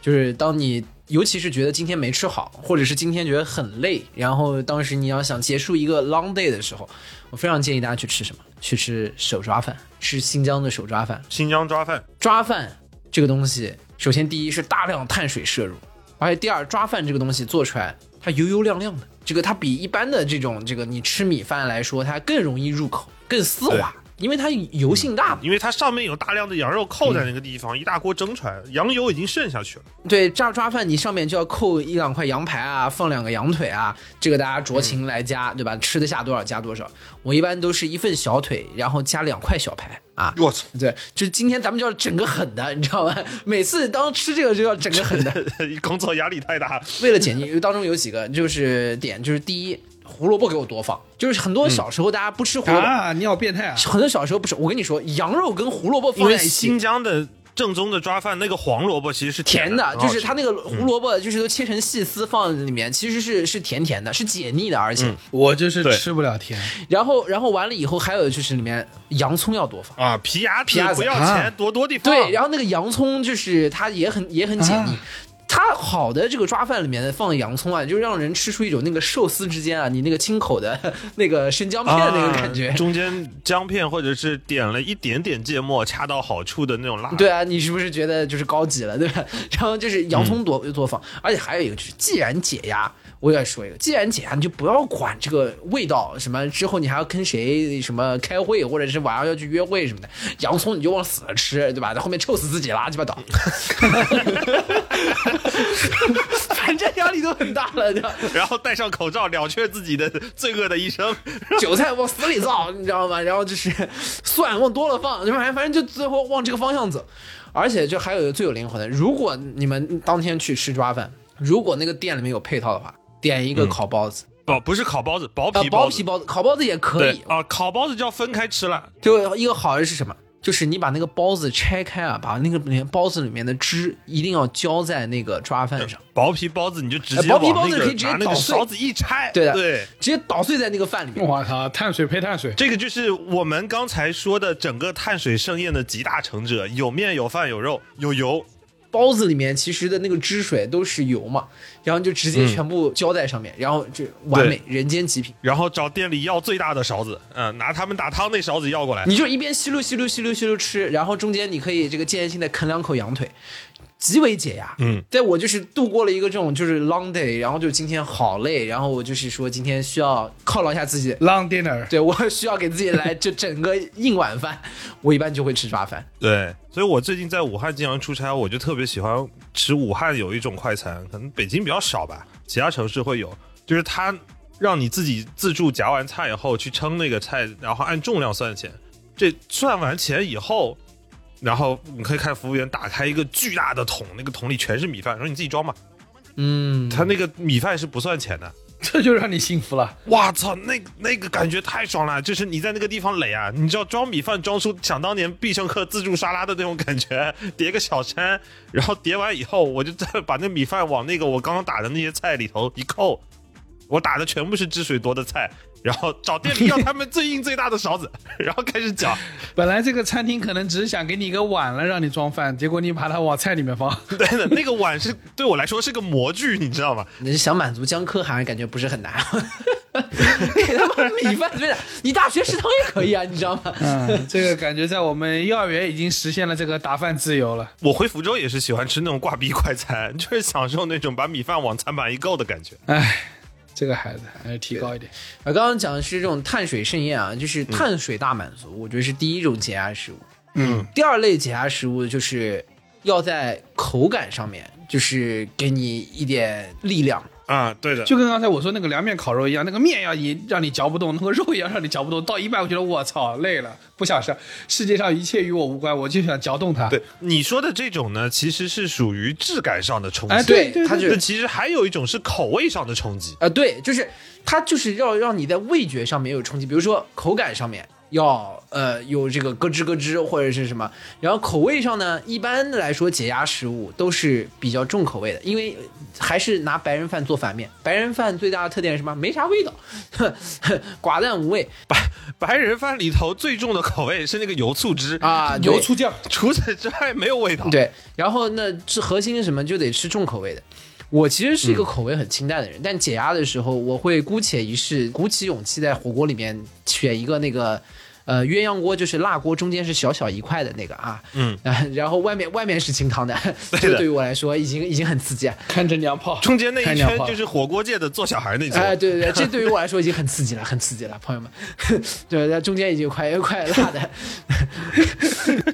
Speaker 6: 就是当你尤其是觉得今天没吃好，或者是今天觉得很累，然后当时你要想结束一个 long day 的时候，我非常建议大家去吃什么？去吃手抓饭，吃新疆的手抓饭。
Speaker 7: 新疆抓饭，
Speaker 6: 抓饭这个东西，首先第一是大量碳水摄入，而且第二，抓饭这个东西做出来它油油亮亮的，这个它比一般的这种这个你吃米饭来说，它更容易入口，更丝滑，因为它油性大嘛。
Speaker 7: 因为它上面有大量的羊肉扣在那个地
Speaker 6: 嗯
Speaker 7: 方，一大锅蒸出来，羊油已经渗下去了。
Speaker 6: 对，炸抓饭你上面就要扣一两块羊排啊，放两个羊腿啊，这个大家酌情来加，对吧？吃得下多少加多少。我一般都是一份小腿，然后加两块小排啊。
Speaker 7: 我操， (laughs)
Speaker 6: 对，就是今天咱们就要整个狠的，你知道吗？每次当吃这个就要整个狠的。
Speaker 7: 工作压力太大。
Speaker 6: 为了减轻，当中有几个就是点，就是第一，胡萝卜给我多放，就是很多小时候大家不吃胡萝卜，
Speaker 5: 啊，你好变态啊！
Speaker 6: 很多小时候不吃。我跟你说，羊肉跟胡萝卜
Speaker 7: 因
Speaker 6: 放
Speaker 7: 为
Speaker 6: 在一起
Speaker 7: 新。疆的正宗的抓饭，那个黄萝卜其实是
Speaker 6: 甜
Speaker 7: 的哦
Speaker 6: 的，，就是它
Speaker 7: 它
Speaker 6: 那个胡萝卜，就是都切成细丝放在里面，其实是是甜甜的，是解腻的，而且，
Speaker 5: 我就是
Speaker 7: 对
Speaker 5: 吃不了甜，
Speaker 6: 然后然后完了以后，还有就是里面洋葱要多放，
Speaker 7: 啊皮牙
Speaker 6: 皮牙
Speaker 7: 子
Speaker 6: 子
Speaker 7: 不要
Speaker 5: 啊
Speaker 7: 钱，多多地放。
Speaker 6: 对，然后那个洋葱就是它也很也很解腻
Speaker 5: 啊。
Speaker 6: 它好的这个抓饭里面放的洋葱啊，就让人吃出一种那个寿司之间啊，你那个清口的 (laughs) 那个生姜片的那个感觉，
Speaker 7: 啊中间姜片或者是点了一点点芥末，恰到好处的那种辣。
Speaker 6: 对啊，你是不是觉得就是高级了，对吧？然后就是洋葱多多放，而且还有一个就是，既然解压，我也说一个，既然解压，你就不要管这个味道什么，之后你还要跟谁什么开会，或者是晚上要去约会什么的，洋葱你就往死了吃，对吧？在后面臭死自己了，鸡巴倒， (laughs) 反正压力都很大了，对吧？
Speaker 7: 然后戴上口罩，了却自己的罪恶的一生。
Speaker 6: 韭菜往死里造，你知道吗？然后就是蒜往多了放，就反正反正就最后往这个方向走。而且就还有一个最有灵魂的，如果你们当天去吃抓饭，如果那个店里面有配套的话，点一个烤包子，
Speaker 7: 不，不是烤包子，薄
Speaker 6: 呃，
Speaker 7: 嗯皮
Speaker 6: 薄
Speaker 7: 包子。
Speaker 6: 皮包子，烤包子也可
Speaker 7: 对
Speaker 6: 以。
Speaker 7: 啊，烤包子就要分开吃了。
Speaker 6: 就一个好的是什么？就是你把那个包子拆开啊，把那个里面包子里面的汁一定要浇在那个抓饭上，
Speaker 7: 薄皮包子你就直
Speaker 6: 哎
Speaker 7: 接
Speaker 6: 薄皮
Speaker 7: 往
Speaker 6: 包
Speaker 7: 那
Speaker 6: 子
Speaker 7: 个
Speaker 6: 可以直接
Speaker 7: 拿那
Speaker 6: 捣
Speaker 7: 个
Speaker 6: 碎
Speaker 7: 勺子一拆，
Speaker 6: 对的
Speaker 7: 对。
Speaker 6: 直接捣碎在那个饭里面。
Speaker 5: 我操，碳水配碳水，
Speaker 7: 这个就是我们刚才说的整个碳水盛宴的集大成者，有面有饭有肉有油，
Speaker 6: 包子里面其实的那个汁水都是油嘛，然后就直接全部浇在上面，然后就完美人间极品。
Speaker 7: 然后找店里要最大的勺子，嗯、拿他们打汤那勺子要过来。
Speaker 6: 你就一边吸溜吸溜吸溜吸溜吃，然后中间你可以这个间歇性的啃两口羊腿，极为解压。
Speaker 7: 嗯，
Speaker 6: 在我就是度过了一个这种就是 long day，然后就今天好累，然后我就是说今天需要犒劳一下自己，
Speaker 5: long dinner，
Speaker 6: 对我需要给自己来这整个硬晚饭，我一般就会吃抓饭。
Speaker 7: 对，所以我最近在武汉经常出差，我就特别喜欢吃武汉有一种快餐，可能北京比较少吧，其他城市会有，就是它让你自己自助夹完菜以后去称那个菜，然后按重量算钱。这算完钱以后，然后你可以看服务员打开一个巨大的桶，那个桶里全是米饭，说你自己装吧。
Speaker 6: 嗯，
Speaker 7: 他那个米饭是不算钱的。
Speaker 5: 这就让你幸福了。
Speaker 7: 哇操，那那个感觉太爽了！就是你在那个地方垒啊，你知道装米饭装出想当年必胜客自助沙拉的那种感觉，叠个小山，然后叠完以后，我就再把那米饭往那个我刚刚打的那些菜里头一扣，我打的全部是汁水多的菜，然后找店里要他们最硬最大的勺子， (laughs) 然后开始搅，
Speaker 5: 本来这个餐厅可能只是想给你一个碗来让你装饭，结果你把它往菜里面放。
Speaker 7: 对的，那个碗是对我来说是个模具，你知道吗？
Speaker 6: 你是想满足江科涵，感觉不是很难。啊 (laughs) 给他们米饭对的，你大学食堂也可以啊，你知道吗？
Speaker 5: (laughs) 嗯，这个感觉在我们幼儿园已经实现了这个打饭自由了。
Speaker 7: 我回福州也是喜欢吃那种挂壁快餐，就是享受那种把米饭往餐盘一够的感觉。
Speaker 5: 哎，这个孩子还是提高一点。
Speaker 6: 我呃刚刚讲的是这种碳水盛宴啊，就是碳水大满足，我觉得是第一种解压食物。
Speaker 5: 嗯，
Speaker 6: 第二类解压食物就是要在口感上面，就是给你一点力量。
Speaker 7: 啊，对的，
Speaker 5: 就跟刚才我说那个凉面烤肉一样，那个面要也让你嚼不动，那个肉也要让你嚼不动。到一半我觉得我操累了，不想吃。世界上一切与我无关，我就想嚼动
Speaker 7: (laughs)
Speaker 5: 它。
Speaker 7: 对你说的这种呢，其实是属于质感上的冲击。
Speaker 5: 哎，对对
Speaker 6: 它
Speaker 5: 对，
Speaker 6: 就
Speaker 7: 那
Speaker 6: 是
Speaker 7: 其实还有一种是口味上的冲击。
Speaker 6: 啊，对，就是它就是要让你在味觉上面有冲击，比如说口感上面要呃有这个咯吱咯吱或者是什么，然后口味上呢，一般来说解压食物都是比较重口味的，因为还是拿白人饭做反面，白人饭最大的特点是什么？没啥味道， (laughs) 寡淡无味
Speaker 7: 白人饭里头最重的口味是那个油醋汁，
Speaker 6: 啊，对
Speaker 5: 油醋酱。
Speaker 7: 除此之外没有味道。，
Speaker 6: 对，然后那是核心是什么，就得吃重口味的。我其实是
Speaker 7: 嗯
Speaker 6: 一个口味很清淡的人，但解压的时候，我会姑且一试，鼓起勇气在火锅里面选一个那个。呃，鸳鸯锅就是辣锅，中间是小小一块的那个啊，
Speaker 7: 嗯
Speaker 6: 啊， (laughs) 然后外面外面是清汤的，这
Speaker 7: 的
Speaker 6: 个对于我来说已经已经很刺激了。
Speaker 5: 看着娘炮，
Speaker 7: 中间那一
Speaker 5: 太娘
Speaker 7: 圈
Speaker 5: 炮了
Speaker 7: 就是火锅界的做小孩那种。
Speaker 6: 哎、对对对，这对于我来说已经很刺激了，很刺激了， (laughs) 朋友们。对，在中间已经快快辣的， (laughs)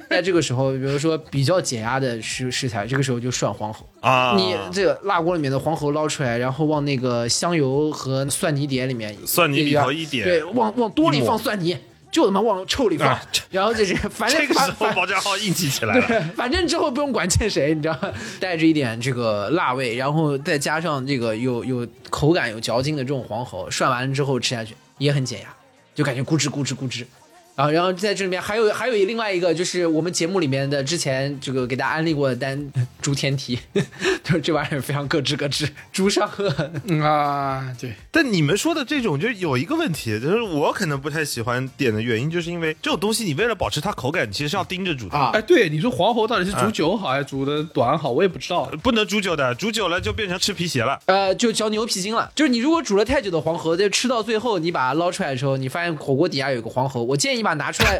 Speaker 6: 在这个时候，比如说比较解压的食食材，这个时候就涮黄喉。
Speaker 7: 啊，
Speaker 6: 你这个辣锅里面的黄喉捞出来，然后往那个香油和蒜泥碟里面，
Speaker 7: 蒜泥里头一点
Speaker 6: 对，往往多里
Speaker 7: 一抹
Speaker 6: 放蒜泥，就他妈往臭里放，
Speaker 7: 啊这
Speaker 6: 然后就是反正
Speaker 7: 这个时
Speaker 6: 反
Speaker 7: 候
Speaker 6: 反
Speaker 7: 保家浩硬气起来了。
Speaker 6: 反正之后不用管见谁，你知道吗？带着一点这个辣味，然后再加上这个有有口感、有嚼劲的这种黄喉，涮完了之后吃下去也很解压，就感觉咕吱咕吱咕吱。啊，然后在这里面还有还有一另外一个就是我们节目里面的之前这个给大家安利过的单猪天蹄， (laughs) 就是这玩意儿非常咯吱咯吱，猪上颚。
Speaker 5: 嗯啊，对，
Speaker 7: 但你们说的这种，就有一个问题，就是我可能不太喜欢点的原因，就是因为这种东西，你为了保持它口感，你其实是要盯着煮的。
Speaker 6: 啊
Speaker 5: 哎，对，你说黄喉到底是煮酒好还是煮的短好，我也不知道。
Speaker 7: 不能煮久的，煮久了就变成吃皮鞋了。 (laughs)
Speaker 6: 呃，就嚼牛皮筋了。就是你如果煮了太久的黄喉，就吃到最后，你把它捞出来的时候，你发现火锅底下有个黄喉，我建议你把它拿出来，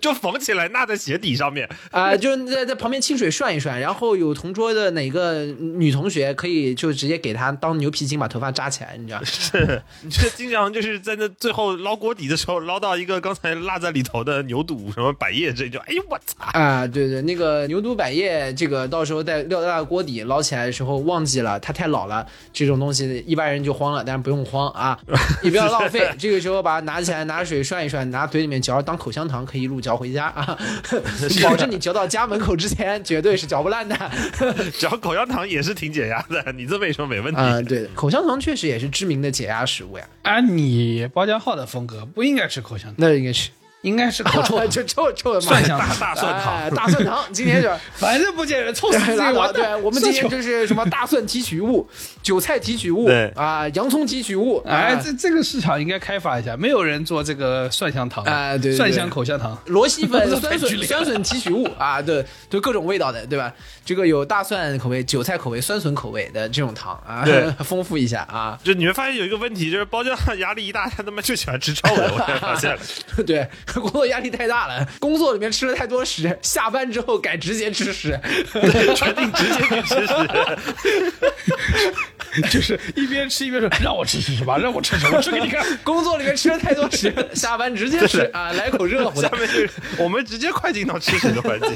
Speaker 7: 就缝起来纳在鞋底上面。
Speaker 6: 啊、就是在在旁边清水涮一涮，然后有同桌的哪个女同学可以就直接给她当牛皮筋把头发扎起来，你知道？ (laughs)
Speaker 7: 你这经常就是在那最后捞锅底的时候，捞到一个刚才落在里头的牛肚、什么百叶这就，哎呦我操！
Speaker 6: 啊、对对，那个牛肚百叶，这个到时候在料大锅底捞起来的时候忘记了，它太老了，这种东西一般人就慌了，但是不用慌啊，也不要浪费。这个时候把它拿起来，拿水涮一涮，拿嘴里面嚼着当口香糖，可以一路嚼回家啊，保证你嚼到家门口之前绝对是嚼不烂的。 (laughs)
Speaker 7: 只要口香糖也是挺解压的，你这么一说没问题。
Speaker 6: 啊、对，口香糖确实也是知名的解压食物呀，
Speaker 5: 按你包浆号的风格，不应该吃口香糖。
Speaker 6: 那应该是。
Speaker 5: 应该是口臭
Speaker 6: (laughs)
Speaker 5: (laughs)
Speaker 6: 就就就就
Speaker 5: 蒜香
Speaker 7: 大大蒜
Speaker 6: 哎
Speaker 7: 糖，
Speaker 6: 大蒜糖，今
Speaker 5: (laughs)
Speaker 6: 天就。
Speaker 5: 反正不见人，臭死
Speaker 6: (laughs)
Speaker 5: 自己
Speaker 6: 拉倒
Speaker 5: 完
Speaker 6: 对，
Speaker 5: 蛋
Speaker 6: 我们今天
Speaker 5: 这
Speaker 6: 就是什么大蒜提取物、韭菜提取物
Speaker 7: 对
Speaker 6: 啊、洋葱提取物，
Speaker 5: 哎，
Speaker 6: 啊
Speaker 5: 这这个市场应该开发一下，没有人做这个蒜香糖的
Speaker 6: 哎对对
Speaker 5: 蒜香口香糖， (laughs)
Speaker 6: 螺蛳粉、
Speaker 5: 这
Speaker 6: 酸
Speaker 5: 太剧
Speaker 6: 笋、
Speaker 5: 烈
Speaker 6: 酸笋提取物啊，对，就各种味道的，对吧？这个有大蒜口味、韭菜口味、酸笋口味的这种糖啊
Speaker 7: 对，
Speaker 6: 丰富一下啊。
Speaker 7: 就你会发现有一个问题，就是包浆压力一大，他他妈就喜欢吃臭的。我才发
Speaker 6: (laughs)
Speaker 7: 现了，
Speaker 6: 对，工作压力太大了，工作里面吃了太多屎，下班之后改直接吃屎。 (laughs)
Speaker 7: 决定直接给吃屎。
Speaker 5: 就是一边吃一边说让我吃吃什么，让我吃什么，吃给你看。
Speaker 6: (laughs) 工作里面吃了太多
Speaker 5: (laughs)
Speaker 6: 屎，下班直接吃啊，来口热乎
Speaker 7: 下
Speaker 6: 的。
Speaker 7: 面是我们直接快进到吃屎的环节，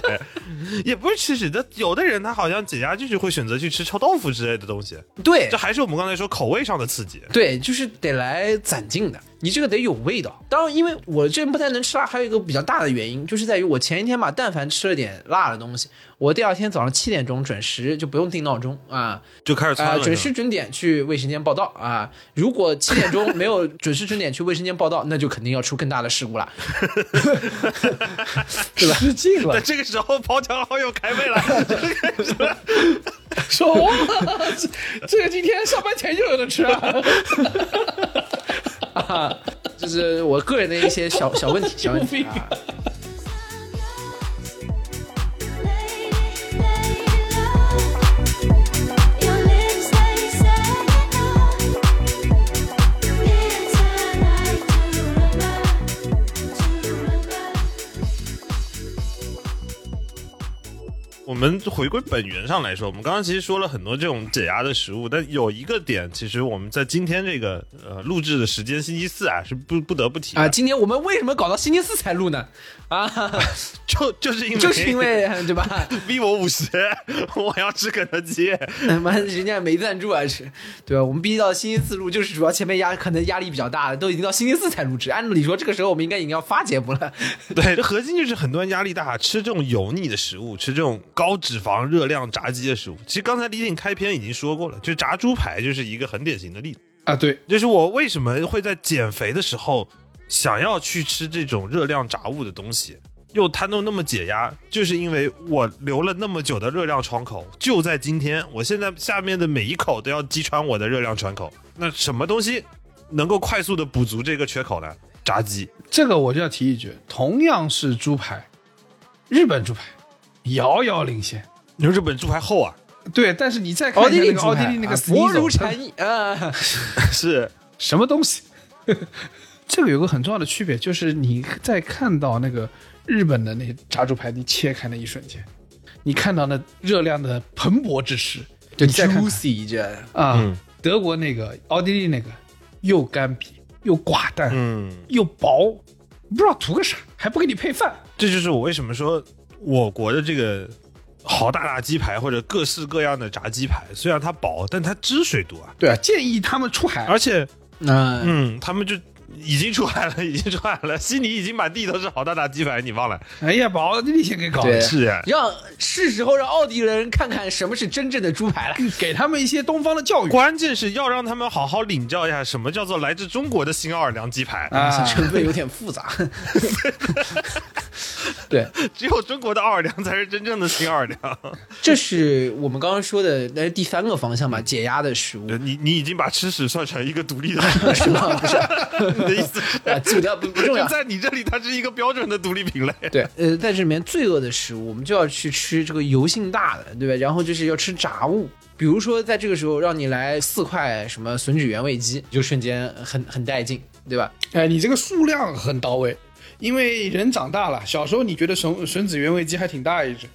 Speaker 7: 也不是吃屎的。有的人他好像减压就是会选择去吃臭豆腐之类的东西，
Speaker 6: 对
Speaker 7: 这，还是我们刚才说口味上的刺激。
Speaker 6: 对，就是得来攒劲的，你这个得有味道。当然，因为我这人不太能吃辣，还有一个比较大的原因，就是在于我前一天吧，但凡吃了点辣的东西，我第二天早上七点钟准时就不用定闹钟啊，
Speaker 7: 就开始
Speaker 6: 啊、
Speaker 7: 窜了。
Speaker 6: 准时准点去卫生间报道啊。如果七点钟没
Speaker 7: (laughs)
Speaker 6: 有准时准点去卫生间报道，那就肯定要出更大的事故了。
Speaker 5: 失禁了
Speaker 7: 但，这个时候包浆好友开胃了，就开始了
Speaker 5: 说哇，这啊 (laughs) 这个今天上班前就有的吃啊。
Speaker 6: (laughs) 啊，这是我个人的一些小小问题，
Speaker 5: (laughs)
Speaker 6: 小问题
Speaker 5: 救命
Speaker 6: 啊。
Speaker 7: 我们回归本源上来说，我们刚刚其实说了很多这种解压的食物，但有一个点，其实我们在今天这个呃录制的时间星期四啊，是不不得不提的
Speaker 6: 啊，今天我们为什么搞到星期四才录呢？
Speaker 5: (laughs)
Speaker 6: 啊，
Speaker 7: (laughs) 就就是因为
Speaker 6: 就是因为 (laughs) 对吧？
Speaker 7: (laughs) vivo 五十，我要吃肯德基，
Speaker 6: 妈，人家没赞助啊，是，对吧？我们必须到星期四录，就是主要前面压可能压力比较大，都已经到星期四才录制。按理说这个时候我们应该已经要发节目了，
Speaker 5: (laughs)
Speaker 7: 对，这核心就是很多人压力大，吃这种油腻的食物，吃这种高脂肪、热量炸鸡的食物。其实刚才李挺开篇已经说过了，就炸猪排就是一个很典型的例子。
Speaker 5: 啊，对，
Speaker 7: 就是我为什么会在减肥的时候想要去吃这种热量炸物的东西，又它都那么解压，就是因为我留了那么久的热量窗口，就在今天，我现在下面的每一口都要击穿我的热量窗口。那什么东西能够快速的补足这个缺口呢？炸鸡。
Speaker 5: 这个我就要提一句，同样是猪排，日本猪排遥遥领先。
Speaker 7: 你说日本猪排厚啊？
Speaker 5: 对，但是你再看一下那个奥地利那个
Speaker 6: (laughs) 啊薄如
Speaker 5: Sneasel，它
Speaker 6: 蝉翼 (laughs) 啊，
Speaker 7: 是，
Speaker 5: 什么东西？ (laughs) 这个有个很重要的区别，就是你在看到那个日本的那炸猪排，你切开那一瞬间，你看到那热量的蓬勃之势，
Speaker 6: 就
Speaker 5: 你再看看
Speaker 6: juicy 这
Speaker 5: 啊、
Speaker 7: 嗯
Speaker 5: 德国那个、奥地利那个，又干瘪又寡淡、
Speaker 7: 嗯，
Speaker 5: 又薄，不知道图个啥，还不给你配饭。
Speaker 7: 这就是我为什么说我国的这个豪大大鸡排或者各式各样的炸鸡排，虽然它薄，但它汁水多啊，
Speaker 5: 对啊，建议他们出海，
Speaker 7: 而且
Speaker 6: 啊，
Speaker 7: 嗯，他们就已经出来了，已经出来了，悉尼已经满地都是好大大鸡排，你忘了？
Speaker 5: 哎呀，把奥地利先给搞了
Speaker 6: 对，
Speaker 7: 是啊，
Speaker 6: 让是时候让奥地利人看看什么是真正的猪排了。
Speaker 5: 给他们一些东方的教育
Speaker 7: 关键是要让他们好好领教一下什么叫做来自中国的新奥尔良鸡排。
Speaker 5: 啊。
Speaker 6: 成分有点复杂，对，
Speaker 7: 只有中国的奥尔良才是真正的新奥尔 (laughs) 良。
Speaker 6: (laughs) 这是我们刚刚说的那第三个方向吧，解压的食物。
Speaker 7: 你你已经把吃屎算成一个独立的，
Speaker 6: 是吗？不是，
Speaker 7: 你的意思是？
Speaker 6: (laughs) 啊，基本上 (laughs) 不不重 (laughs) 要
Speaker 7: 就。在你这里，它是一个标准的独立品类。
Speaker 6: 对，呃，在这里面罪恶的食物，我们就要去吃这个油性大的，对吧？然后就是要吃炸物，比如说在这个时候让你来四块什么吮指原味鸡，就瞬间很很带劲，对吧？
Speaker 5: 哎，你这个数量很到位，因为人长大了，小时候你觉得吮吮指原味鸡还挺大一只，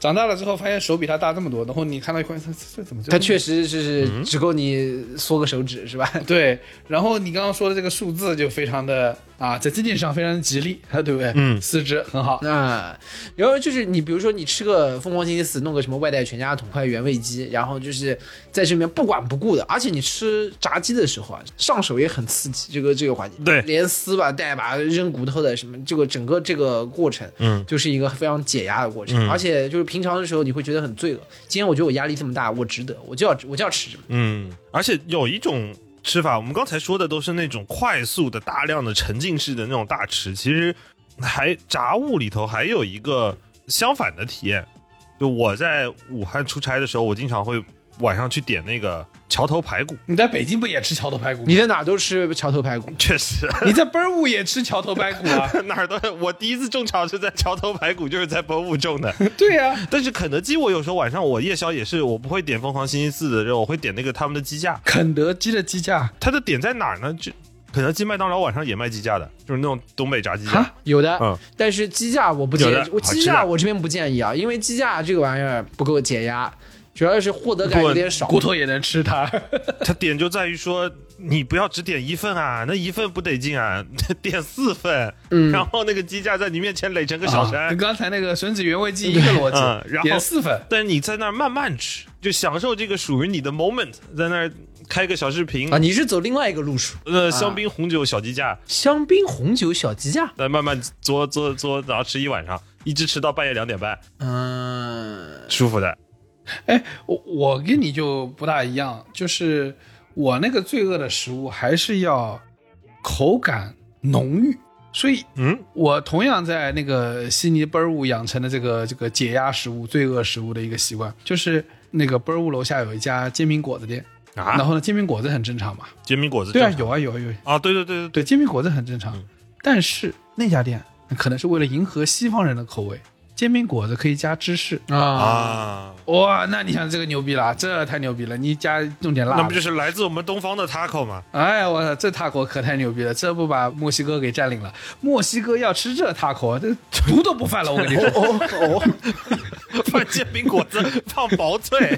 Speaker 5: 长大了之后发现手比它大这么多，然后你看到一块，这这这怎么就
Speaker 6: 它确实就是只够你缩个手指，是吧？
Speaker 5: 对，然后你刚刚说的这个数字就非常的啊，在这件事上非常的吉利， (laughs) 啊，对不对？
Speaker 7: 嗯
Speaker 5: 四肢很好。
Speaker 6: 那然后就是你，比如说你吃个疯狂星期四，弄个什么外带全家桶块原味鸡，然后就是在这里面不管不顾的，而且你吃炸鸡的时候啊，上手也很刺激，这个这个环节，
Speaker 7: 对
Speaker 6: 连撕吧、带吧、扔骨头的什么，这个整个这个过程，
Speaker 7: 嗯
Speaker 6: 就是一个非常解压的过程，
Speaker 7: 嗯
Speaker 6: 而且就是平常的时候你会觉得很罪恶，今天我觉得我压力这么大，我值得，我就要我就要吃这个，
Speaker 7: 嗯，而且有一种吃法，我们刚才说的都是那种快速的、大量的沉浸式的那种大吃，其实还炸物里头还有一个相反的体验，就我在武汉出差的时候，我经常会晚上去点那个桥头排骨， (laughs)
Speaker 5: 你在北京不也吃桥头排骨吗？
Speaker 7: 嗯
Speaker 6: 你在哪儿都吃桥头排骨，
Speaker 7: 确实
Speaker 5: 你在奔儿舞也吃桥头排
Speaker 7: (laughs)
Speaker 5: 骨啊？
Speaker 7: 哪儿都我第一次种草是在桥头排骨，就是在博物种的。
Speaker 5: 对呀、
Speaker 7: 但是肯德基我有时候晚上我夜宵也是，我不会点疯狂星期四的肉，我会点那个他们的鸡架。
Speaker 5: 肯德基的鸡架
Speaker 7: 它的点在哪儿呢？就肯德基、麦当劳晚上也卖鸡架的，就是那种东北炸鸡架
Speaker 5: 啊。
Speaker 6: 有的，
Speaker 7: 嗯
Speaker 6: 但是鸡架我不建议
Speaker 7: 有的，
Speaker 6: 我
Speaker 7: 好
Speaker 6: 鸡
Speaker 7: 吃
Speaker 6: 架
Speaker 7: 的
Speaker 6: 我这边不建议啊，因为鸡架这个玩意儿不够解压，主要是获得感有点少。
Speaker 5: 骨头也能吃它。
Speaker 7: 它点就在于说，你不要只点一份啊，那一份不得劲啊，点四份，然后那个鸡架在你面前垒成个小山，
Speaker 5: 啊跟刚才那个吮指原味鸡一个逻
Speaker 7: 嗯
Speaker 5: 辑，
Speaker 7: 然后
Speaker 5: 点四分。
Speaker 7: 但是你在那儿慢慢吃，就享受这个属于你的 moment，在那儿开个小视频，
Speaker 6: 啊，你是走另外一个路数，
Speaker 7: 呃，香槟红酒小鸡架，
Speaker 6: 香槟红酒小鸡架。 (laughs)
Speaker 7: 再慢慢嘬嘬嘬，然后吃一晚上，一直吃到半夜两点半，
Speaker 6: 嗯，
Speaker 7: 舒服的。
Speaker 5: 哎，我我跟你就不大一样，就是我那个罪恶的食物还是要口感浓郁，所以
Speaker 7: 嗯，
Speaker 5: 我同样在那个悉尼奔儿舞养成的这个这个解压食物、罪恶食物的一个习惯，就是那个奔儿舞楼下有一家煎饼果子店，
Speaker 7: 啊
Speaker 5: 然后呢，煎饼果子很正常嘛，
Speaker 7: 煎饼果子
Speaker 5: 对啊，
Speaker 7: 正常嗯
Speaker 5: 有啊有啊有啊，
Speaker 7: 啊，对对对对对，
Speaker 5: 对，煎饼果子很正常，但是那家店可能是为了迎合西方人的口味，煎饼果子可以加芝士。
Speaker 6: 啊，
Speaker 7: 啊，
Speaker 5: 哇，那你想这个牛逼了，这太牛逼了！你加弄点辣的，
Speaker 7: 那不就是来自我们东方的 taco 吗？ (laughs)
Speaker 5: 哎，我操，这塔口可太牛逼了！这不把墨西哥给占领了，墨西哥要吃这塔口，这毒都不犯了。我
Speaker 7: (laughs)
Speaker 5: 跟你说，
Speaker 7: 哦放煎饼果子，放薄脆，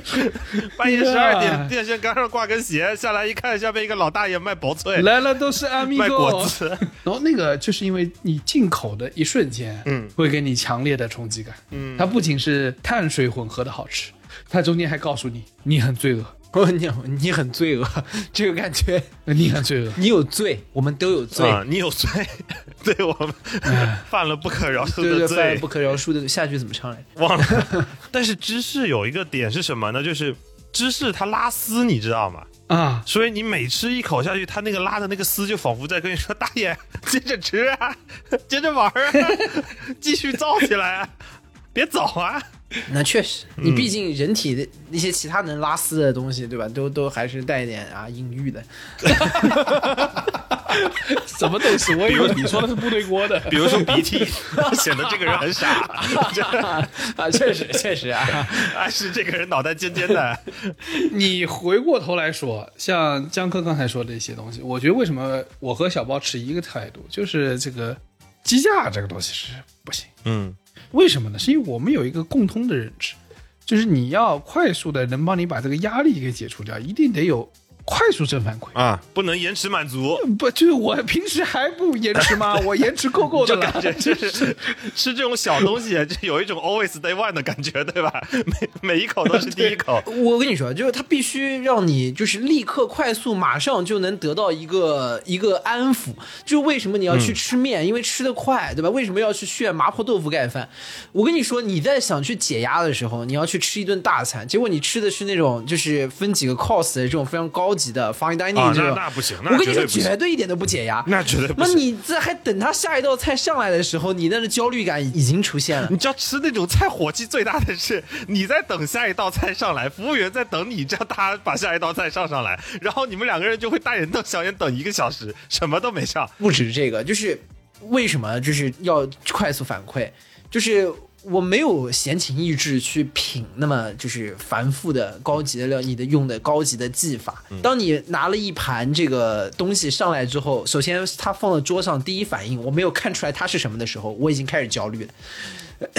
Speaker 7: 半夜十二点，电线杆上挂根鞋，下来一看，下面一个老大爷卖薄脆，
Speaker 5: (laughs) 来了都是阿米
Speaker 7: 卖果
Speaker 5: 哥。
Speaker 7: 子，
Speaker 5: (laughs) 然后那个就是因为你进口的一瞬间，嗯，会给你强烈的冲击感。嗯，它不仅是碳水混合的好吃，它中间还告诉你你很罪恶，
Speaker 6: 我哦你你很罪恶， (laughs) 这个感觉
Speaker 5: 你很罪恶。
Speaker 6: 你有罪，我们都有罪。
Speaker 7: 啊，你有罪，对我们 (laughs) 犯了不可饶恕
Speaker 6: 对对
Speaker 7: 的
Speaker 6: (laughs) 对，犯了
Speaker 7: 罪
Speaker 6: 不，可饶恕的下句怎么唱来着？
Speaker 7: 忘了。 (laughs) 但是芝士有一个点是什么呢？就是芝士它拉丝，你知道吗？
Speaker 5: 啊，
Speaker 7: 所以你每吃一口下去，它那个拉的那个丝就仿佛在跟你说：“大爷， (laughs) 接着吃啊， (laughs) 接着玩啊， (laughs) 继续造起来啊， (laughs) 别走啊。
Speaker 6: 那确实，你毕竟人体的那些其他能拉丝的东西，对吧？都都还是带一点啊隐喻的。 (laughs)
Speaker 5: 什么东西？我以为你说的是部队锅的”。
Speaker 7: 比如说鼻涕， (laughs) 显得这个人很 (laughs) 傻，
Speaker 6: 啊，确 (laughs) 实确实啊，，
Speaker 7: 暗示这个人脑袋尖尖的。
Speaker 5: 你回过头来说，像江科刚才说的一些东西，我觉得为什么我和小包持一个态度，就是这个鸡架这个东西是不行。
Speaker 7: 嗯，
Speaker 5: 为什么呢？是因为我们有一个共通的认知，就是你要快速的能帮你把这个压力给解除掉，一定得有快速正反馈。
Speaker 7: 啊，不能延迟满足，
Speaker 5: (laughs) 不，就是我平时还不延迟吗？我延迟够够的
Speaker 7: 就
Speaker 5: 了
Speaker 7: 感。觉就是吃这种小东西，就有一种 always day one 的感觉，对吧？每每一口都是第一口
Speaker 6: 我跟你说，就是它必须让你就是立刻、快速、马上就能得到一个一个安抚。就是为什么你要
Speaker 7: 嗯
Speaker 6: 去吃面，因为吃得快，对吧？为什么要去炫麻婆豆腐盖饭？我跟你说，你在想去解压的时候，你要去吃一顿大餐，结果你吃的是那种就是分几个 course 的这种非常高级的 fine dining
Speaker 7: 啊
Speaker 6: 这种，
Speaker 7: 那那不行那
Speaker 6: 我跟
Speaker 7: 绝
Speaker 6: 你说，
Speaker 7: 对不行
Speaker 6: 绝对一点都不解压。
Speaker 7: 那绝对不
Speaker 6: 那
Speaker 7: 行。
Speaker 6: 你这还等他下一道菜上来的时候，你那个焦虑感已经出现
Speaker 7: (laughs)
Speaker 6: 了。
Speaker 7: 你知道吃那种菜火气最大的是，你在等下一道菜上来，服务员在等你，让他把下一道菜上上来，然后你们两个人就会大眼瞪小眼等一个小时，什么都没上。
Speaker 6: 不止这个，就是为什么就是要快速反馈，就是我没有闲情逸致去品那么就是繁复的高级的料，你的用的高级的技法。当你拿了一盘这个东西上来之后，首先它放到桌上，第一反应我没有看出来它是什么的时候，我已经开始焦虑了。 (laughs)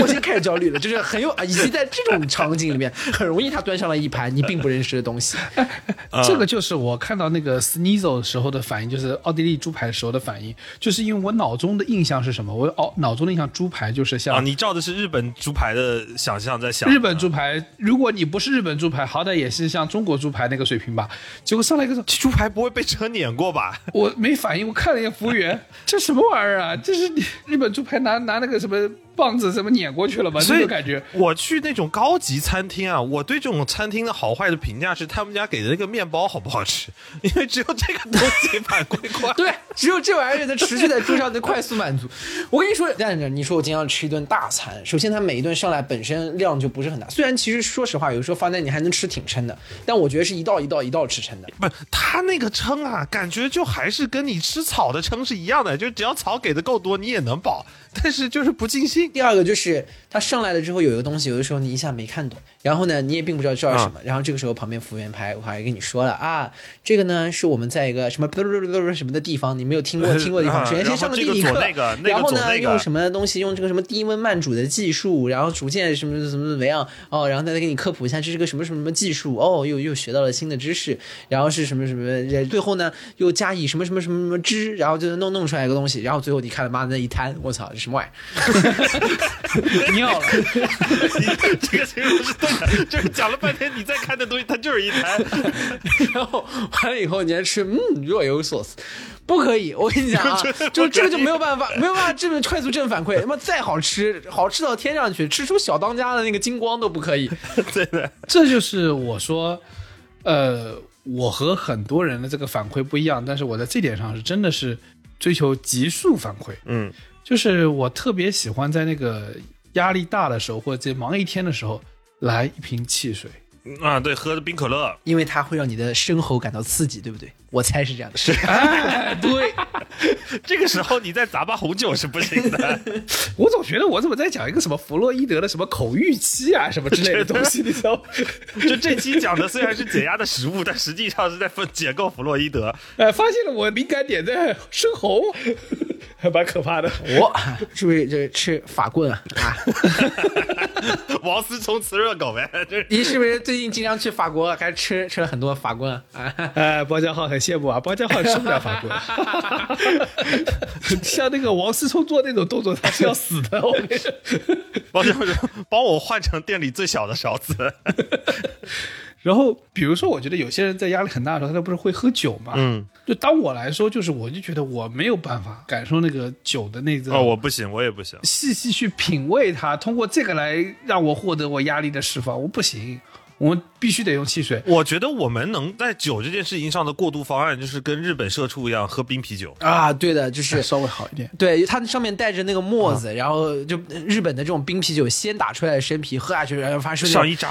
Speaker 6: 我已经开始焦虑了，就是很有啊，以及在这种场景里面，很容易他端上来一盘你并不认识的东西。
Speaker 5: 这个就是我看到那个 Sneasel 时候的反应，就是奥地利猪排时候的反应，就是因为我脑中的印象是什么？我哦，脑中的印象猪排就是
Speaker 7: (laughs)
Speaker 5: 像
Speaker 7: 啊，你照的是日本猪排的想象在想，
Speaker 5: 日本猪排，如果你不是日本猪排，好歹也是像中国猪排那个水平吧。结果上来一个说，
Speaker 7: 猪排不会被车碾过 (laughs) 吧？
Speaker 5: 我没反应，我看了一眼服务员，这什么玩意儿啊？这是你日本猪排拿拿那个什么棒子怎么碾过去了吧？
Speaker 7: 所
Speaker 5: 这
Speaker 7: 以
Speaker 5: 种感觉，
Speaker 7: 我去那种高级餐厅啊，我对这种餐厅的好坏的评价是他们家给的那个面包好不好吃， (laughs) 因为只有这个东西反馈过来。
Speaker 6: 对，只有这玩意儿才持续在桌上的快速满足。我跟你说，但是你说我今天要吃一顿大餐，首先它每一顿上来本身量就不是很大，虽然其实说实话，有时候发现你还能吃挺撑的，但我觉得是一道一道一道吃撑的。
Speaker 7: 不是，他那个称啊，感觉就还是跟你吃草的称是一样的，就只要草给的够多，你也能饱， (laughs) 但是就是不尽 (laughs) 兴。
Speaker 6: 第二个就是它上来了之后，有一个东西，有的时候你一下没看懂，然后呢，你也并不知道这是什么，然后这个时候旁边服务员拍，我还跟你说了啊，这个呢是我们在一个什么什么的地方，你没有听过听过的地方，
Speaker 7: 啊
Speaker 6: 首先先上了地理
Speaker 7: 然
Speaker 6: 课
Speaker 7: 后，这个左那个那个
Speaker 6: 然后
Speaker 7: 左
Speaker 6: 呢
Speaker 7: 那个
Speaker 6: 用什么东西，用这个什么低温慢煮的技术，然后逐渐什么怎么怎么样哦，然后再给你科普一下这是个什么什么什么技术哦，又又学到了新的知识，然后是什么什么，最后呢又加以什么什么什么什么汁，然后就弄弄出来一个东西，然后最后你看了妈的那一摊，我操，这什么玩意儿？
Speaker 5: 尿了。
Speaker 7: 你这个形容是对的，就是讲了半天你在看的东西，它就是一台。，
Speaker 6: (laughs) 然后完了以后，你还吃，嗯，若有所思，不可以。我跟你讲啊就这个就没有办法， (laughs) 没有办法，这么快速正反馈。他妈再好吃，好吃到天上去，吃出小当家的那个金光都不可以。
Speaker 7: 对的，
Speaker 5: 这就是我说，呃，我和很多人的这个反馈不一样，但是我在这点上是真的是追求极速反馈，
Speaker 7: 嗯，
Speaker 5: 就是我特别喜欢在那个压力大的时候，或者在忙一天的时候，来一瓶汽水。
Speaker 7: (laughs) 啊，对，喝的冰可乐，
Speaker 6: (laughs) 因为它会让你的生喉感到刺激，对不对？我猜是这样的。 (laughs) 是，
Speaker 5: 哎，对，
Speaker 7: 这个时候你再砸把红酒是不行的。 (laughs)
Speaker 5: 我总觉得我怎么在讲一个什么弗洛伊德的什么口欲期啊什么之
Speaker 7: (laughs)
Speaker 5: 类的东西，你知道吗？
Speaker 7: 就这期讲的虽然是解压的食物，但实际上是在分解构弗洛伊德。
Speaker 5: (laughs)
Speaker 7: (laughs)
Speaker 5: 哎，发现了我敏感点在生喉，还蛮可怕的。
Speaker 6: 我 (laughs) 是不是就是吃法棍啊？ (laughs) 啊，
Speaker 7: 王思聪吃热狗呗， (laughs) 这
Speaker 6: 你是不是最近经常去法国，还吃吃了很多法棍啊？啊
Speaker 5: 哎，包家浩很羡慕啊，包家浩吃不了法棍， (laughs) 像那个王思聪做那种动作，他是要死的。我跟你说
Speaker 7: 王教授帮我换成店里最小的勺子。
Speaker 5: 然后，比如说，我觉得有些人在压力很大的时候，他不是会喝酒嘛？
Speaker 7: 嗯，
Speaker 5: 就当我来说，就是我就觉得我没有办法感受那个酒的那个
Speaker 7: 哦，我不行，我也不行。
Speaker 5: 细细去品味它，通过这个来让我获得我压力的释放，我不行，我必须得用汽水。
Speaker 7: 我觉得我们能在酒这件事情上的过渡方案，就是跟日本社畜一样喝冰啤酒。
Speaker 6: (laughs) 啊，对的，就是
Speaker 5: 稍微好一点，
Speaker 6: 对，它上面带着那个沫
Speaker 7: 嗯
Speaker 6: 子，然后就日本的这种冰啤酒，先打出来的生啤，喝下去然后发出那种
Speaker 7: 上一扎，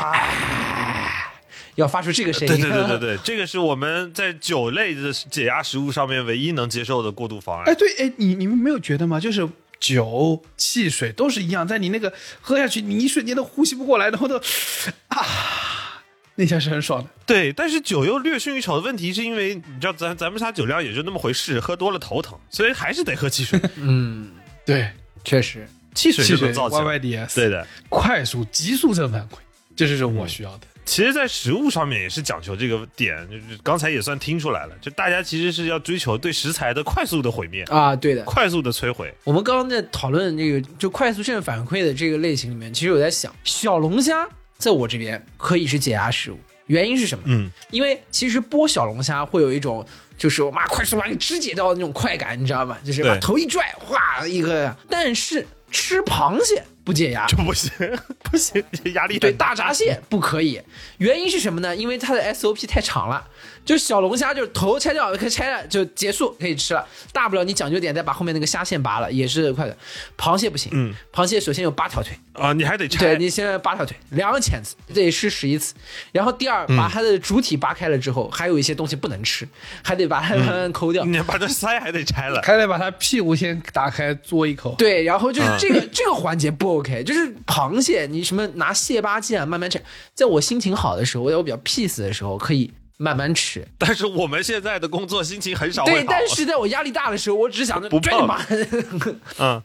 Speaker 6: 要发出哎这个声
Speaker 7: 对
Speaker 6: 音。
Speaker 7: 对对对对，这个是我们在酒类的解压食物上面唯一能接受的过渡方
Speaker 5: 哎，
Speaker 7: 案。
Speaker 5: 对，哎，你你们没有觉得吗？就是酒、汽水都是一样，在你那个喝下去，你一瞬间都呼吸不过来，然后都 (sighs) 啊，那下是很爽的。
Speaker 7: 对，但是酒又略逊于丑的问题，是因为你知道咱咱们仨酒量也就那么回事，喝多了头疼，所以还是得喝汽
Speaker 6: (laughs)
Speaker 7: 水，
Speaker 6: 嗯，
Speaker 5: 对，
Speaker 6: (laughs) 确实，
Speaker 7: 汽水
Speaker 5: 汽
Speaker 7: 就
Speaker 5: 水
Speaker 7: 能造起来。
Speaker 5: YYDS，
Speaker 7: 对，的，嗯
Speaker 5: 快速、急速正反馈，这是我需要的。
Speaker 7: 其实，在食物上面也是讲究这个点，就是刚才也算听出来了，就大家其实是要追求对食材的快速的毁灭，
Speaker 6: 啊，对的。
Speaker 7: 快速的摧毁。
Speaker 6: 我们刚刚在讨论这个就快速正反馈的这个类型里面，其实我在想，小龙虾在我这边可以是解压食物，原因是什么？
Speaker 7: 嗯，
Speaker 6: 因为其实剥小龙虾会有一种。就是我妈快速把你肢解掉的那种快感，你知道吗？就是把
Speaker 7: 对
Speaker 6: 头一拽，哗一个。但是吃螃蟹不解压，
Speaker 7: 不行， (laughs) 不行，压力
Speaker 6: 对
Speaker 7: 很大。
Speaker 6: 大闸蟹不可以，原因是什么呢？因为它的 SOP 太长了，就是小龙虾就是头拆掉，可以拆了就结束，可以吃了，大不了你讲究点再把后面那个虾线拔了，也是快的。螃蟹不行，
Speaker 7: 嗯
Speaker 6: 螃蟹首先有八条腿，
Speaker 7: 啊，你还得拆
Speaker 6: 对。你先八条腿，两个钳子，得吃十一次。然后第二，把它的主体扒开了之后，还有一些东西不能吃，还得把它慢慢 (laughs) 抠掉。
Speaker 7: 你把这鳃还得拆了，
Speaker 5: 还得把他屁股先打开嘬一口。
Speaker 6: 对，然后
Speaker 7: 嗯
Speaker 6: 就是这个、这个环节不 OK，就是螃蟹，你什么拿蟹八戒啊慢慢吃，在我心情好的时候，在我比较 peace 的时候，可以慢慢吃。
Speaker 7: 但是我们现在的工作心情很少会好
Speaker 6: 对，
Speaker 7: 啊
Speaker 6: 但是在我压力大的时候，我只想着
Speaker 7: 不啊
Speaker 6: 追你
Speaker 7: 碰
Speaker 6: 妈。
Speaker 7: 嗯，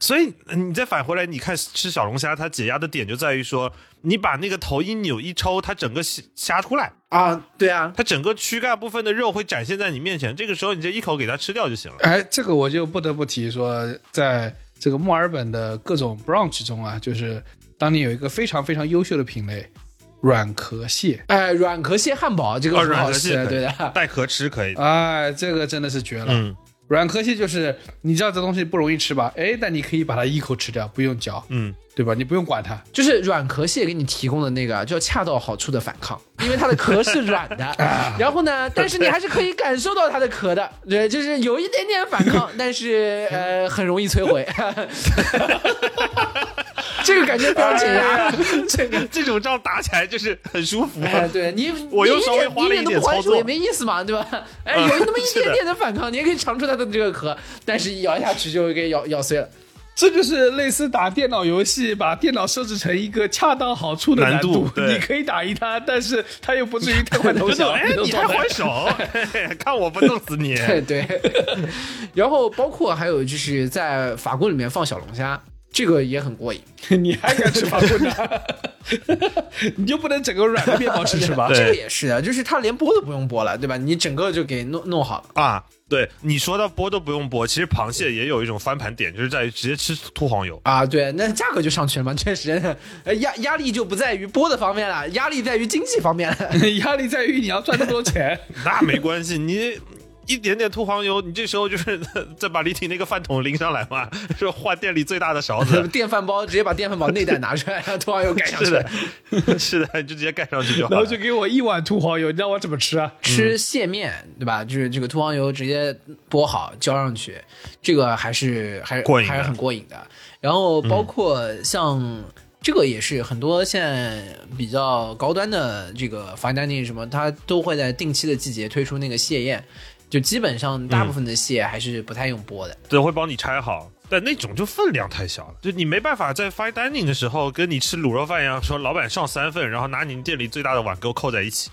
Speaker 7: 所以你再返回来，你看吃小龙虾，它解压的点就在于说，你把那个头一扭一抽，它整个虾虾出来，
Speaker 6: (laughs) 啊，对啊，
Speaker 7: 它整个躯干部分的肉会展现在你面前，这个时候你就一口给它吃掉就行了。
Speaker 5: 哎，这个我就不得不提说，在这个墨尔本的各种 brunch 中啊，就是当年有一个非常非常优秀的品类——软壳蟹。
Speaker 6: 哎，软壳蟹汉堡这个
Speaker 7: 啊
Speaker 6: 很
Speaker 7: 软
Speaker 6: 好
Speaker 7: 壳
Speaker 6: 吃，
Speaker 7: 蟹可以
Speaker 6: 对的。
Speaker 7: 带壳吃可以，
Speaker 5: 哎，这个真的是绝了。
Speaker 7: 嗯，
Speaker 5: 软科技就是你知道这东西不容易吃吧？哎，但你可以把它一口吃掉，不用嚼，
Speaker 7: 嗯，
Speaker 5: 对吧？你不用管它。
Speaker 6: 就是软壳蟹给你提供的那个啊，叫恰到好处的反抗，因为它的壳是软
Speaker 7: (laughs)
Speaker 6: 的，
Speaker 7: 啊
Speaker 6: 然后呢，但是你还是可以感受到它的壳的，对，就是有一点点反
Speaker 7: (laughs)
Speaker 6: 抗，但是呃，很容易摧毁。 (laughs) 这个感觉非常解
Speaker 7: 哎
Speaker 6: 压，这个。
Speaker 7: 这种仗打起来就是很舒服。
Speaker 6: 哎，对你，
Speaker 7: 我又
Speaker 6: 你一
Speaker 7: 稍微
Speaker 6: 点
Speaker 7: 花了
Speaker 6: 一
Speaker 7: 一
Speaker 6: 点
Speaker 7: 点
Speaker 6: 都不还
Speaker 7: 操
Speaker 6: 手
Speaker 7: 作
Speaker 6: 也没意思嘛，
Speaker 7: (laughs)
Speaker 6: 对吧？哎，
Speaker 7: 嗯
Speaker 6: 有那么一
Speaker 7: 是
Speaker 6: 点
Speaker 7: 的
Speaker 6: 点的反抗，你也可以尝出它的这个壳，但是一咬下去就给咬咬碎了。
Speaker 5: 这就是类似打电脑游戏，把电脑设置成一个恰到好处的
Speaker 7: 难
Speaker 5: 度，
Speaker 7: 度对
Speaker 5: 你可以打赢它，但是它又不至于瘫痪
Speaker 7: (laughs)
Speaker 5: 投
Speaker 7: 我就
Speaker 5: 降。
Speaker 7: 哎，你还还手，嘿嘿看我不弄死你！
Speaker 6: 对 (laughs) 对，然后包括还有就是在法棍里面放小龙虾，这个也很过瘾。
Speaker 5: (laughs) 你还敢吃法棍 (laughs) 呢？你就不能整个软的面包吃吃吧？
Speaker 7: 对
Speaker 6: (laughs) 这个也是的，就是它连剥都不用剥了，对吧？你整个就给弄弄好了。
Speaker 7: 啊，对你说到剥都不用剥，其实螃蟹也有一种翻盘点，就是在于直接吃吐黄油。
Speaker 6: 啊，对，那价格就上去了嘛，确实，呃压压力就不在于剥的方面了，压力在于经济方面了。 (laughs)
Speaker 5: 压力在于你要赚那么多钱。
Speaker 7: 那没关系，你一点点吐黄油，你这时候就是再把李挺那个饭桶拎上来嘛，说换店里最大的勺
Speaker 5: (laughs)
Speaker 7: 子。
Speaker 6: 电饭煲直接把电饭煲内胆拿出来，然 (laughs) 后突然又盖上
Speaker 7: 是
Speaker 6: 去。
Speaker 7: 的，是的，你就直接盖上
Speaker 6: (laughs)
Speaker 7: 去就好
Speaker 5: 然后
Speaker 7: 了。
Speaker 5: 就给我一碗吐黄油，你让我怎么吃啊？
Speaker 7: 嗯
Speaker 6: 吃蟹面，对吧？就是这个秃黄油直接剥好浇上去，这个还是还
Speaker 7: 过瘾的嗯
Speaker 6: 还是很过瘾的。然后包括像、这个也是很多现在比较高端的这个 fine dining 什么，它都会在定期的季节推出那个蟹宴，就基本上
Speaker 7: 嗯
Speaker 6: 大部分的蟹还是不太用剥的。
Speaker 7: 对，会帮你拆好。但那种就分量太小了，就你没办法在 fine dining 的时候跟你吃卤肉饭一样，说老板上三份，然后拿你们店里最大的碗给我扣在一起，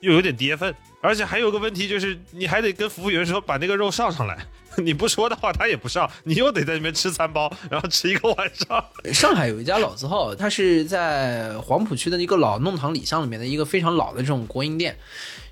Speaker 7: 又有点跌份。而且还有个问题就是，你还得跟服务员说把那个肉上上来， (laughs) 你不说的话他也不上，你又得在那边吃三包，然后吃一个晚上。
Speaker 6: 上海有一家老字号，它是在黄浦区的一个老弄堂里巷里面的一个非常老的这种国营店。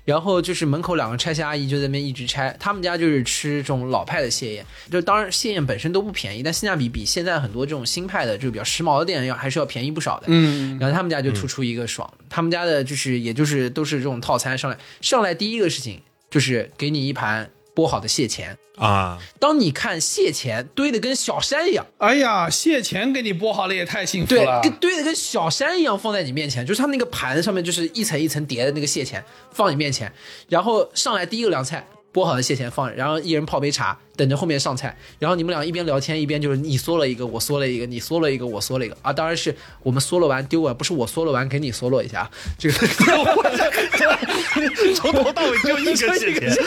Speaker 6: 然后就是门口两个拆卸阿姨就在那边一直拆，他们家就是吃这种老派的蟹宴，就当然蟹宴本身都不便宜，但性价比比现在很多这种新派的就比较时髦的店要还是要便宜不少的。
Speaker 5: 嗯，
Speaker 6: 然后他们家就突出一个爽，他们家的就是也就是都是这种套餐上来，上来第一个事情就是给你一盘剥好的蟹钳，
Speaker 7: 啊，
Speaker 6: 当你看蟹钳堆的跟小山一样。
Speaker 5: 哎呀，蟹钳给你剥好了，也太幸福
Speaker 6: 对
Speaker 5: 了，。
Speaker 6: 跟堆的跟小山一样放在你面前，就是他们那个盘上面就是一层一层叠的那个蟹钳放你面前，然后上来第一个凉菜。剥好的蟹钳放，然后一人泡杯茶，等着后面上菜。然后你们俩一边聊天，一边就是你嗦了一个，我嗦了一个，你嗦了一个，我嗦了一个啊！当然是我们嗦了完丢啊碗，不是我嗦了完给你嗦落一下啊。这个
Speaker 7: (laughs)
Speaker 6: (laughs)
Speaker 7: 从头到尾只有一 (laughs) 根蟹钳， (laughs)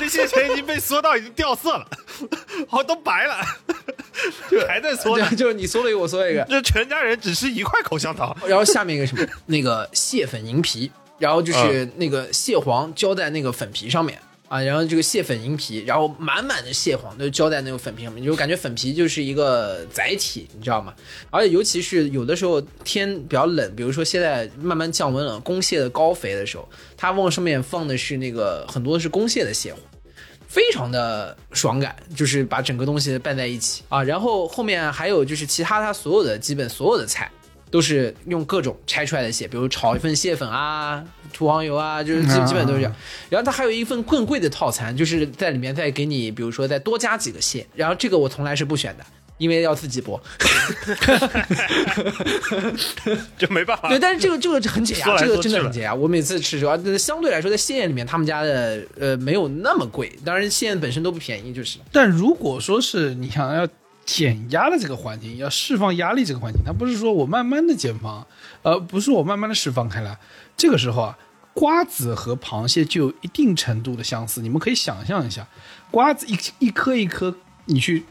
Speaker 7: 那蟹钳已经被缩到已经掉色了， (laughs) 好都白了， (laughs) 还在缩呢
Speaker 6: 对，。就是你嗦了一个，我嗦了一个。
Speaker 7: 这全家人只吃一块口香糖，
Speaker 6: 然后下面一个什么，那个蟹粉银皮，然后就是那个蟹黄浇在那个粉皮上面啊，然后这个蟹粉银皮，然后满满的蟹黄都浇在那个粉皮上面，你就感觉粉皮就是一个载体，你知道吗？而且尤其是有的时候天比较冷，比如说现在慢慢降温了，公蟹的高肥的时候，它往上面放的是那个很多是公蟹的蟹黄。非常的爽感，就是把整个东西拌在一起啊。然后后面还有就是其他它所有的基本所有的菜。都是用各种拆出来的蟹，比如炒一份蟹粉啊、涂黄油啊，就是基
Speaker 5: 嗯
Speaker 6: 基本都是这样。然后它还有一份更贵的套餐，就是在里面再给你，比如说再多加几个蟹。然后这个我从来是不选的，因为要自己剥。
Speaker 7: 就没办法
Speaker 6: (laughs) 对，。但是这个这个很解
Speaker 7: 啊
Speaker 6: 压
Speaker 7: 说，来
Speaker 6: 这个
Speaker 7: 说
Speaker 6: 真的
Speaker 7: 去
Speaker 6: 很
Speaker 7: 了
Speaker 6: 解压。我每次吃的时候，但是相对来说在蟹宴里面，他们家的呃没有那么贵，当然蟹宴本身都不便宜，就是。
Speaker 5: 但如果说是你想要减压的这个环境，要释放压力这个环境，它不是说我慢慢的减放，呃，不是我慢慢的释放开来。这个时候啊，瓜子和螃蟹就有一定程度的相似，你们可以想象一下，瓜子一一颗一颗你去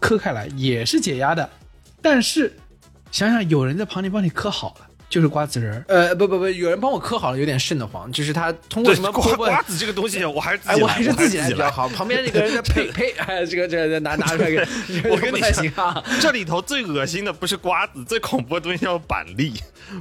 Speaker 5: 磕开来也是解压的，但是想想有人在旁边帮你磕好了，就是瓜子仁儿。
Speaker 6: 呃，不不不，有人帮我磕好了，有点瘆得慌，就是他通过
Speaker 7: 对
Speaker 6: 什么
Speaker 7: 瓜
Speaker 6: 波波
Speaker 7: 瓜子这个东西，我还是自
Speaker 6: 哎，
Speaker 7: 己来，
Speaker 6: 我
Speaker 7: 还
Speaker 6: 还是自己来
Speaker 7: 来
Speaker 6: 比较。好。旁边那个
Speaker 7: (laughs)
Speaker 6: 人在呸呸，哎，这个这个拿拿出来给，
Speaker 7: 我跟
Speaker 6: 不
Speaker 7: 你
Speaker 6: 太
Speaker 7: 讲
Speaker 6: 行啊。
Speaker 7: 这里头最恶心的不是瓜子，最恐怖的东西叫板栗。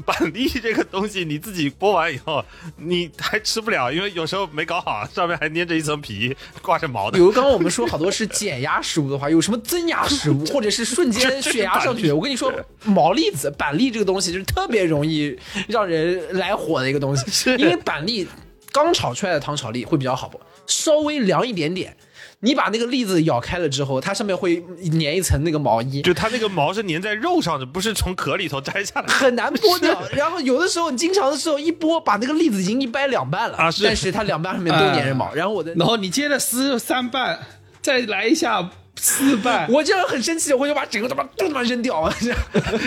Speaker 7: 板栗这个东西，你自己剥完以后，你还吃不了，因为有时候没搞好，上面还粘着一层皮，挂着毛
Speaker 6: 比
Speaker 7: 的。
Speaker 6: 如刚刚我们说好多是减压食物的话，有什么增压食物，或者是瞬间血
Speaker 7: (laughs)
Speaker 6: 压上去？我跟你说，毛栗子、
Speaker 7: (laughs)
Speaker 6: 板栗这个东西就是特别容易让人来火的一个东西，因为板栗。刚炒出来的糖炒栗会比较好不？稍微凉一点点，你把那个栗子咬开了之后，它上面会粘一层那个毛衣，
Speaker 7: 就它那个毛是粘在肉上的，不是从壳里头摘下来的。
Speaker 6: 很难剥掉。然后有的时候你经常的时候一剥，把那个栗子已经一掰两半了
Speaker 7: 啊是哎
Speaker 6: 但是它两半上面都粘着毛。然后我的，
Speaker 5: 然后你接着撕三瓣，再来一下四瓣。
Speaker 6: 我这样很生气，我就把整个他妈都他妈扔
Speaker 7: (laughs)
Speaker 6: 掉了。这样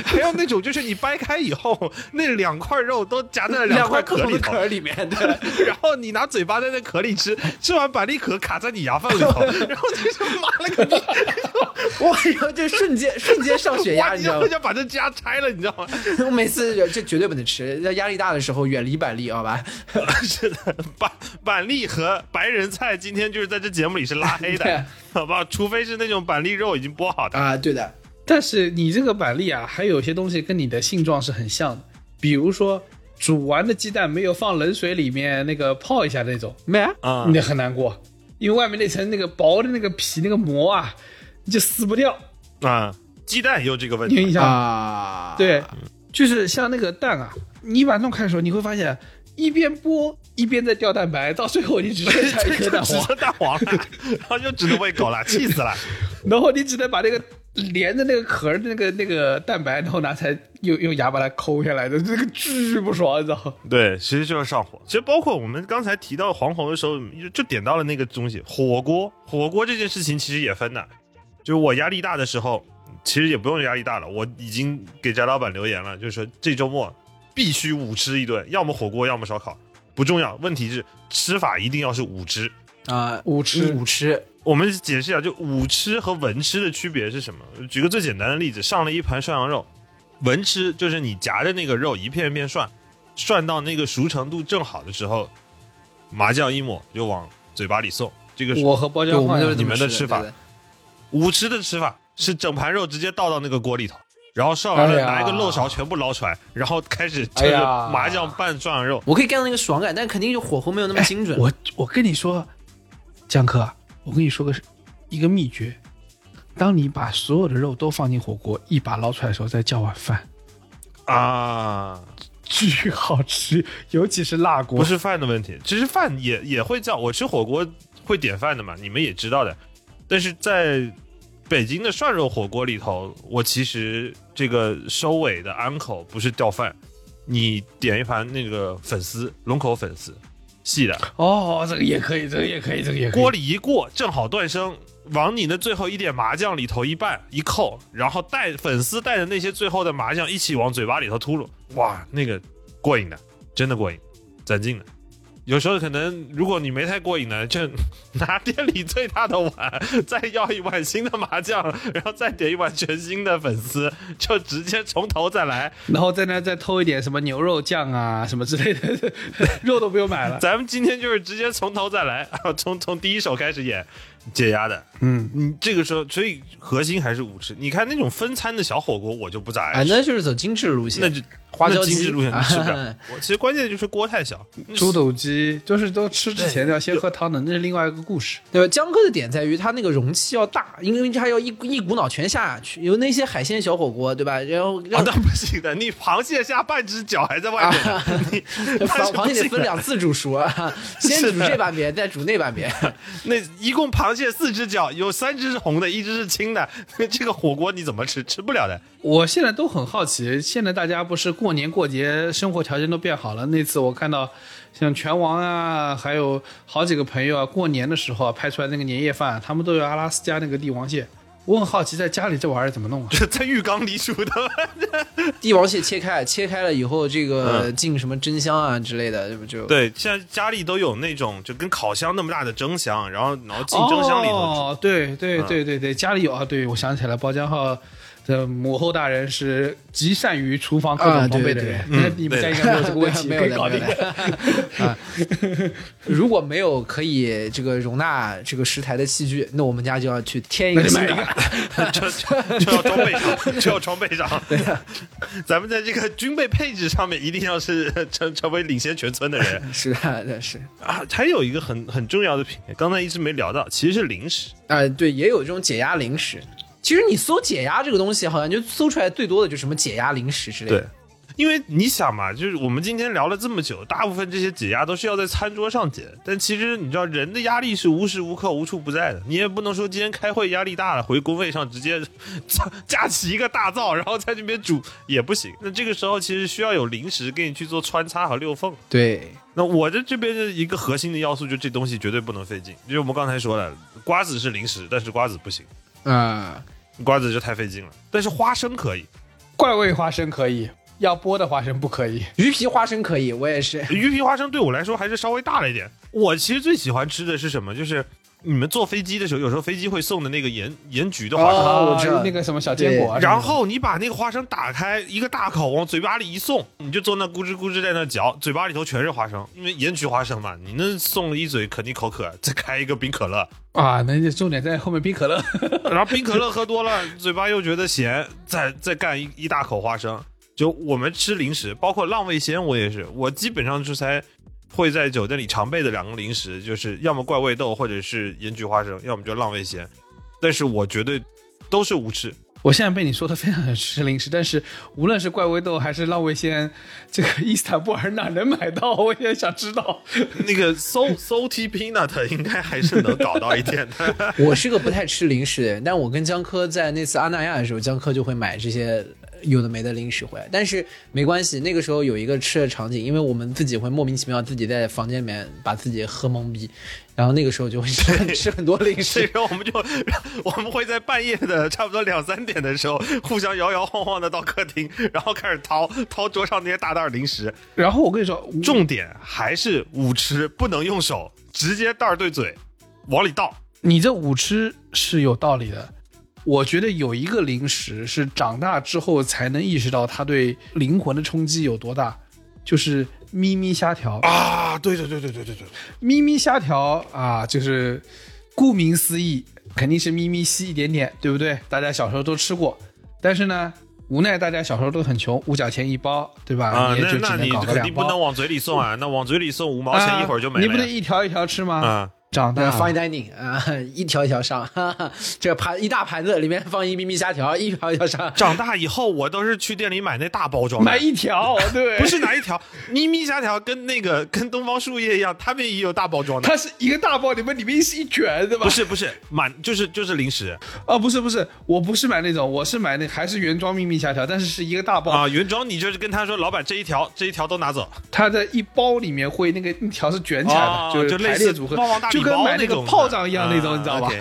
Speaker 7: 还有那种就是你掰开以后，那两块肉都夹在了
Speaker 6: 两
Speaker 7: 块
Speaker 6: 块
Speaker 7: 壳里
Speaker 6: 的
Speaker 7: 头，
Speaker 6: 壳里面 (laughs) 的，
Speaker 7: (laughs) 然后你拿嘴巴在那壳里吃，吃完把那壳卡在你牙缝里头，然后就是妈了个逼，
Speaker 6: 我然后就瞬间瞬间上血压，
Speaker 7: 哇
Speaker 6: 你
Speaker 7: 你
Speaker 6: 知道
Speaker 7: 要
Speaker 6: 吗
Speaker 7: 不？想把这家拆了，你知道吗？ (laughs)
Speaker 6: 我每次这绝对不能吃，要压力大的时候远离板栗，好吧？
Speaker 7: 是的，板板栗和白人菜今天就是在这节目里是拉黑
Speaker 6: 对
Speaker 7: 的，好不好？除非是那种板栗肉已经剥好的。
Speaker 6: 啊，对的，
Speaker 5: 但是你这个板栗啊，还有些东西跟你的性状是很像的，比如说煮完的鸡蛋没有放冷水里面那个泡一下那种，
Speaker 6: 没啊，
Speaker 7: 啊、
Speaker 5: 你很难过，因为外面那层那个薄的那个皮那个膜啊，你就撕不掉。
Speaker 7: 啊，鸡蛋也有这个问
Speaker 5: 你有印
Speaker 7: 题，
Speaker 5: 象吗？
Speaker 6: 啊，
Speaker 5: 对，就是像那个蛋啊，你把它弄开的时候，你会发现一边剥一边在掉蛋白，到最后你只剩下一颗
Speaker 7: 就
Speaker 5: 蛋
Speaker 7: (laughs) 只
Speaker 5: 黄，
Speaker 7: 剩蛋黄了，然后就只能喂狗了，气死了。
Speaker 5: (laughs) 然后你只能把那个连着那个壳儿的那个那个蛋白，然后拿才用用牙把它抠下来的，这个巨不爽，你知
Speaker 7: (laughs)
Speaker 5: 道吗？
Speaker 7: 对，其实就是上火。其实包括我们刚才提到黄喉的时候，就就点到了那个东西，火锅。火锅这件事情其实也分的，就是我压力大的时候，其实也不用压力大了，我已经给翟老板留言了，就是说这周末必须五吃一顿，要么火锅，要么烧烤，不重要。问题是吃法一定要是五吃。
Speaker 6: 啊，五吃五吃，
Speaker 7: 我们解释一下，就五吃和文吃的区别是什么？举个最简单的例子，上了一盘涮羊肉，文吃就是你夹着那个肉一片一片涮，涮到那个熟程度正好的时候，麻酱一抹就往嘴巴里送。这个是
Speaker 5: 我和包浆
Speaker 6: 们
Speaker 5: 换
Speaker 6: 就是这
Speaker 7: 你
Speaker 6: 么
Speaker 7: 们的吃法
Speaker 6: 对对
Speaker 7: 五吃的吃法是整盘肉直接倒到那个锅里头，然后涮完了
Speaker 5: 哎呀
Speaker 7: 拿一个漏勺全部捞出来，然后开始
Speaker 5: 哎
Speaker 7: 趁
Speaker 5: 呀
Speaker 7: 着麻酱拌涮羊肉。
Speaker 6: 我可以 get 到那个爽感，但肯定就火候没有那么精准。
Speaker 5: 我我跟你说，江科啊，我跟你说个一个秘诀：当你把所有的肉都放进火锅，一把捞出来的时候，再叫碗饭，
Speaker 7: 啊，
Speaker 5: 巨好吃，尤其是辣锅。
Speaker 7: 不是饭的问题，其实饭也也会叫我吃火锅会点饭的嘛，你们也知道的。但是在北京的涮肉火锅里头，我其实这个收尾的安口不是掉饭，你点一盘那个粉丝龙口粉丝，细的，
Speaker 5: 哦，这个也可以，这个也可以，这个也可以。
Speaker 7: 锅里一过，正好断生，往你的最后一点麻酱里头一拌一扣，然后带粉丝带着那些最后的麻酱一起往嘴巴里头秃噜，哇，那个过瘾的，真的过瘾，攒劲的。有时候可能如果你没太过瘾呢，就 (laughs) 拿店里最大的碗，再要一碗新的麻酱，然后再点一碗全新的粉丝，就直接从头再来。
Speaker 5: 然后在那再偷一点什么牛肉酱啊什么之类的， (laughs) 肉都不用 (laughs) 买了。
Speaker 7: 咱们今天就是直接从头再来， (laughs) 啊从从第一首开始演，解压的。
Speaker 5: 嗯，
Speaker 7: 你这个时候，所以核心还是五吃。你看那种分餐的小火锅，我就不咋
Speaker 6: 哎
Speaker 7: 爱，吃，
Speaker 6: 那就是走精致路线，
Speaker 7: 那就
Speaker 6: 花椒
Speaker 7: 那精
Speaker 6: 鸡
Speaker 7: 致路线你吃不了
Speaker 6: (laughs) 啊。
Speaker 7: 我其实关键就是锅太小，
Speaker 5: 猪肚鸡就是都吃之前要先喝汤的，那是另外一个故事。
Speaker 6: 对吧？江科的点在于它那个容器要大，因为它要一一股脑全下去。有那些海鲜小火锅，对吧？然后
Speaker 7: 啊
Speaker 6: 让，
Speaker 7: (laughs) 那不行的。你螃蟹下半只脚还在外面
Speaker 6: (laughs)
Speaker 7: 呢，你 (laughs) 那
Speaker 6: 螃
Speaker 7: 是不
Speaker 6: 螃蟹得
Speaker 7: 行
Speaker 6: 分
Speaker 7: 的
Speaker 6: 两次煮熟
Speaker 7: (laughs)
Speaker 6: 啊，先煮这半边，再煮那半边。
Speaker 7: 那一共螃蟹四只脚，有三只是红的，一只是青的。这个火锅你怎么吃？吃不了的。 (laughs)
Speaker 5: 我现在都很好奇，现在大家不是过年过节生活条件都变好了？那次我看到像拳王啊，还有好几个朋友啊，过年的时候啊拍出来那个年夜饭，他们都有阿拉斯加那个帝王蟹。我很好奇，在家里这玩意儿怎么
Speaker 6: (laughs)
Speaker 5: 弄啊？
Speaker 7: 这在浴缸里煮的。
Speaker 6: 帝王蟹切开，切开了以后，这个进什么蒸箱啊之类的，就
Speaker 7: 嗯对，现在家里都有那种就跟烤箱那么大的蒸箱，然后然后进蒸箱里头煮。
Speaker 5: 哦，对对对对对，家里有啊。对，我想起来，包浆浩的母后大人是极善于厨房各
Speaker 6: 啊
Speaker 5: 种
Speaker 6: 对
Speaker 5: 烘焙的
Speaker 6: 对
Speaker 5: 人。
Speaker 7: 对
Speaker 5: 那
Speaker 7: 嗯
Speaker 5: 你们
Speaker 7: 对
Speaker 5: 家应该没有这个问题，
Speaker 6: 没有
Speaker 5: 可以
Speaker 6: 的，
Speaker 5: 搞
Speaker 6: 没有
Speaker 5: 定。
Speaker 6: 的。啊，如果没有可以这个容纳这个食材的器具，那我们家就要去添一个新的。
Speaker 7: (laughs) 就就就要装备上，就要装备上。咱们在这个军备配置上面一定要是呃成成为领先全村的人
Speaker 6: (laughs) 是的，对是
Speaker 7: 啊！还有一个很很重要的品，刚才一直没聊到，其实是零食。
Speaker 6: 啊、对，也有这种解压零食。其实你搜解压这个东西，好像就搜出来最多的就是什么解压零食之类的。
Speaker 7: 对，因为你想嘛，就是我们今天聊了这么久，大部分这些解压都是要在餐桌上解，但其实你知道，人的压力是无时无刻、无处不在的。你也不能说今天开会压力大了，回工位上直接架起一个大灶，然后在那边煮也不行。那这个时候其实需要有零食给你去做穿插和溜缝。
Speaker 6: 对，
Speaker 7: 那我这这边的一个核心的要素，就这东西绝对不能费劲。因为我们刚才说了，瓜子是零食，但是瓜子不行，
Speaker 6: 啊、
Speaker 7: 瓜子就太费劲了。但是花生可以，
Speaker 5: 怪味花生可以，要剥的花生不可以。
Speaker 6: 鱼皮花生可以，我也是。
Speaker 7: 鱼皮花生对我来说还是稍微大了一点。我其实最喜欢吃的是什么？就是你们坐飞机的时候，有时候飞机会送的那个盐盐焗的花生，
Speaker 6: 哦我知道
Speaker 5: 那个什么小坚果啊，
Speaker 7: 然后你把那个花生打开，一个大口往嘴巴里一送，你就坐那咕吱咕吱在那嚼，嘴巴里头全是花生，因为盐焗花生嘛，你那送了一嘴肯定口渴，再开一个冰可乐，
Speaker 5: 啊，那就重点在后面冰可乐。 (laughs)
Speaker 7: (laughs) 然后冰可乐喝多了， (laughs) 嘴巴又觉得咸，再再干一一大口花生。就我们吃零食，包括浪味仙，我也是，我基本上出差会在酒店里常备的两个零食，就是要么怪味豆，或者是盐焗花生，要么就浪味仙。但是我绝对都是无吃，
Speaker 5: 我现在被你说的非常想吃零食，但是无论是怪味豆还是浪味仙，这个伊斯坦布尔哪能买到？我也想知道。
Speaker 7: 那个 so salty peanut 应该还是能搞到一点 (laughs) 的。
Speaker 6: 我是个不太吃零食的人，但我跟江科在那次阿那亚的时候，江科就会买这些有的没的零食回来。但是没关系，那个时候有一个吃的场景，因为我们自己会莫名其妙自己在房间里面把自己喝懵逼，然后那个时候就会吃吃很多零
Speaker 7: 所以
Speaker 6: 食。
Speaker 7: 说，我们就我们会在半夜的差不多两三点的时候，互相摇摇晃晃的到客厅，然后开始掏掏桌上那些大袋零食。
Speaker 5: 然后我跟你说，
Speaker 7: 重点还是午吃，不能用手，直接袋儿对嘴往里倒。
Speaker 5: 你这五吃是有道理的。我觉得有一个零食是长大之后才能意识到它对灵魂的冲击有多大，就是咪咪虾条
Speaker 7: 啊，对对对对对对对，
Speaker 5: 咪咪虾条啊，就是顾名思义，肯定是咪咪稀一点点，对不对？大家小时候都吃过，但是呢，无奈大家小时候都很穷，五角钱一包，对吧？
Speaker 7: 啊，
Speaker 5: 你也
Speaker 7: 那
Speaker 5: 就
Speaker 7: 那
Speaker 5: 只能
Speaker 7: 你
Speaker 5: 搞个
Speaker 7: 肯定
Speaker 5: 两
Speaker 7: 不能
Speaker 5: 包。嗯
Speaker 7: 往嘴里送啊，那往嘴里送五毛
Speaker 5: 啊
Speaker 7: 钱一会儿就没
Speaker 5: 你
Speaker 7: 了
Speaker 5: 不能
Speaker 7: 呀。
Speaker 5: 一条一条吃吗？
Speaker 7: 啊，
Speaker 5: 长大
Speaker 6: 那
Speaker 5: 了
Speaker 6: fine dining 啊，一条一条上，哈哈这盘一大盘子里面放一咪咪虾条，一条一条上。
Speaker 7: 长大以后我都是去店里买那大包装的，
Speaker 5: 买
Speaker 7: (laughs)
Speaker 5: 一条，对，
Speaker 7: 不是拿一条， (laughs) 咪咪虾条跟那个跟东方树叶一样，他们也有大包装的。
Speaker 5: 它是一个大包，里面里嗯面是一卷，对吧？
Speaker 7: 不是不是，满就是就是零食
Speaker 5: 啊，不是不是，我不是买那种，我是买那还是原装秘密虾条，但是是一个大包，
Speaker 7: 啊，原装你就是跟他说，老板这一条这一条都拿走，
Speaker 5: 它的一包里面会那个一条是卷起来的，
Speaker 7: 哦
Speaker 5: 就是
Speaker 7: 就类
Speaker 5: 排列
Speaker 7: 似
Speaker 5: 组合，
Speaker 7: 旺旺大
Speaker 5: 就
Speaker 7: 礼
Speaker 5: 跟
Speaker 7: 包
Speaker 5: 买
Speaker 7: 那
Speaker 5: 个
Speaker 7: 种的
Speaker 5: 炮仗一样那种，
Speaker 7: 啊
Speaker 5: 你知道吧？
Speaker 7: OK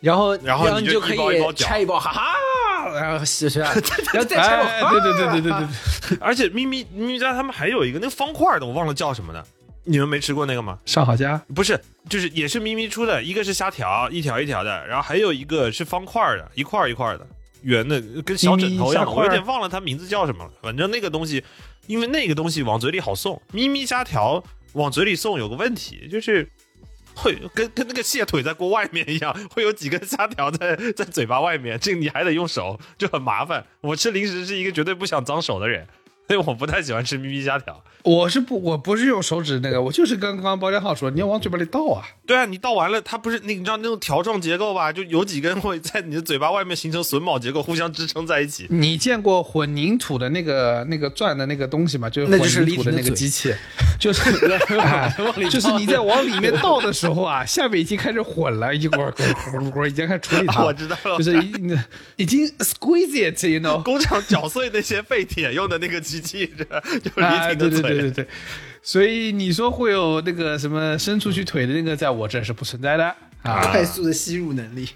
Speaker 6: 然后
Speaker 7: 然后你
Speaker 6: 你就
Speaker 7: 就
Speaker 6: 可以
Speaker 7: 一包一包嚼
Speaker 6: 拆一包，哈哈，然后吸出来，然后再拆一包，
Speaker 5: 哎，对对对对对对
Speaker 6: 哈哈
Speaker 5: 对，
Speaker 7: 而且咪咪咪咪家他们还有一个那个方块的，我忘了叫什么的，你们没吃过那个吗？
Speaker 5: 上好佳
Speaker 7: 不是，就是也是咪咪出的，一个是虾条，一条一条的，然后还有一个是方块的，一块儿一块儿的，圆的，跟小枕头一样的。
Speaker 5: 咪咪虾块
Speaker 7: 我有点忘了它名字叫什么了，反正那个东西，因为那个东西往嘴里好送，咪咪虾条往嘴里送有个问题，就是会跟跟那个蟹腿在锅外面一样，会有几根虾条在在嘴巴外面，这个你还得用手，就很麻烦。我吃零食是一个绝对不想脏手的人，所以我不太喜欢吃咪咪虾条。
Speaker 5: 我是不，我不是用手指那个，我就是跟刚刚包家浩说，你要往嘴巴里倒啊。
Speaker 7: 对啊，你倒完了，它不是那你知道那种条状结构吧？就有几根会在你的嘴巴外面形成榫卯结构，互相支撑在一起。
Speaker 5: 你见过混凝土的那个那个转的那个东西吗？就是
Speaker 6: 那
Speaker 5: 混
Speaker 6: 就是
Speaker 5: 凝土
Speaker 6: 立体
Speaker 5: 那
Speaker 6: 的
Speaker 5: 个
Speaker 6: 嘴
Speaker 5: 机器，就是哎就是你在往里面倒的时候啊，下面已经开始混了，已经滚滚滚滚，已经开始处理它了。
Speaker 7: 我知道了
Speaker 5: 就是已已经 squeeze it，you know，
Speaker 7: 工厂搅碎那些废铁用的那个机器， (laughs) 这就是
Speaker 5: 啊，
Speaker 7: 离体的
Speaker 5: 对对
Speaker 7: 嘴。
Speaker 5: 对对对。所以你说会有那个什么伸出去腿的那个，在我这是不存在的啊。
Speaker 6: 快速的吸入能力。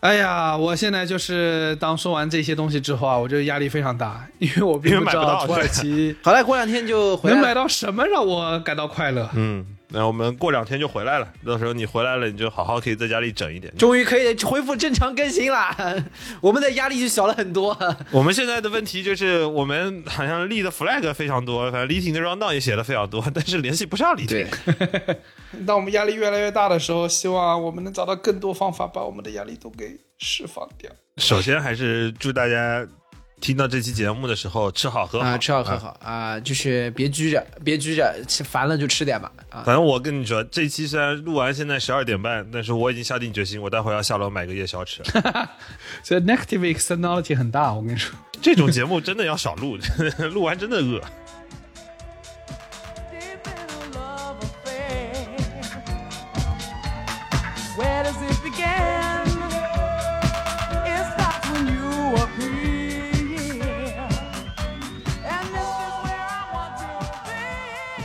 Speaker 5: 哎呀，我现在就是当说完这些东西之后啊，我就压力非常大，因为我并
Speaker 7: 因为
Speaker 5: 不
Speaker 7: 买
Speaker 5: 知
Speaker 7: 不
Speaker 5: 道
Speaker 7: 到
Speaker 5: 土耳其
Speaker 6: 好了，过两天就回来
Speaker 5: 能
Speaker 6: 了。
Speaker 5: 买到什么让我感到快乐。
Speaker 7: 嗯，那我们过两天就回来了，到时候你回来了，你就好好可以在家里整一点。
Speaker 6: 终于可以恢复正常更新啦， (laughs) 我们的压力就小了很多。
Speaker 7: 我们现在的问题就是，我们好像立的 flag 非常多，反正李挺的 round down 也写了非常多，但是联系不上李挺。，
Speaker 5: 当我们压力越来越大的时候，希望我们能找到更多方法把我们的压力都给释放掉。
Speaker 7: 首先还是祝大家听到这期节目的时候，吃好喝好
Speaker 6: 啊，吃好喝好啊，就是别拘着，别拘着，吃烦了就吃点吧啊。
Speaker 7: 反正我跟你说，这期虽然录完现在十二点半，但是我已经下定决心，我待会儿要下楼买个夜宵吃。
Speaker 5: 所以 negative externality 很大，我跟你说。
Speaker 7: 这种节目真的要少录， (laughs) 录完真的饿。
Speaker 1: deep in a love affair. Where does it begin? It starts when you appear, and this is where I want to be.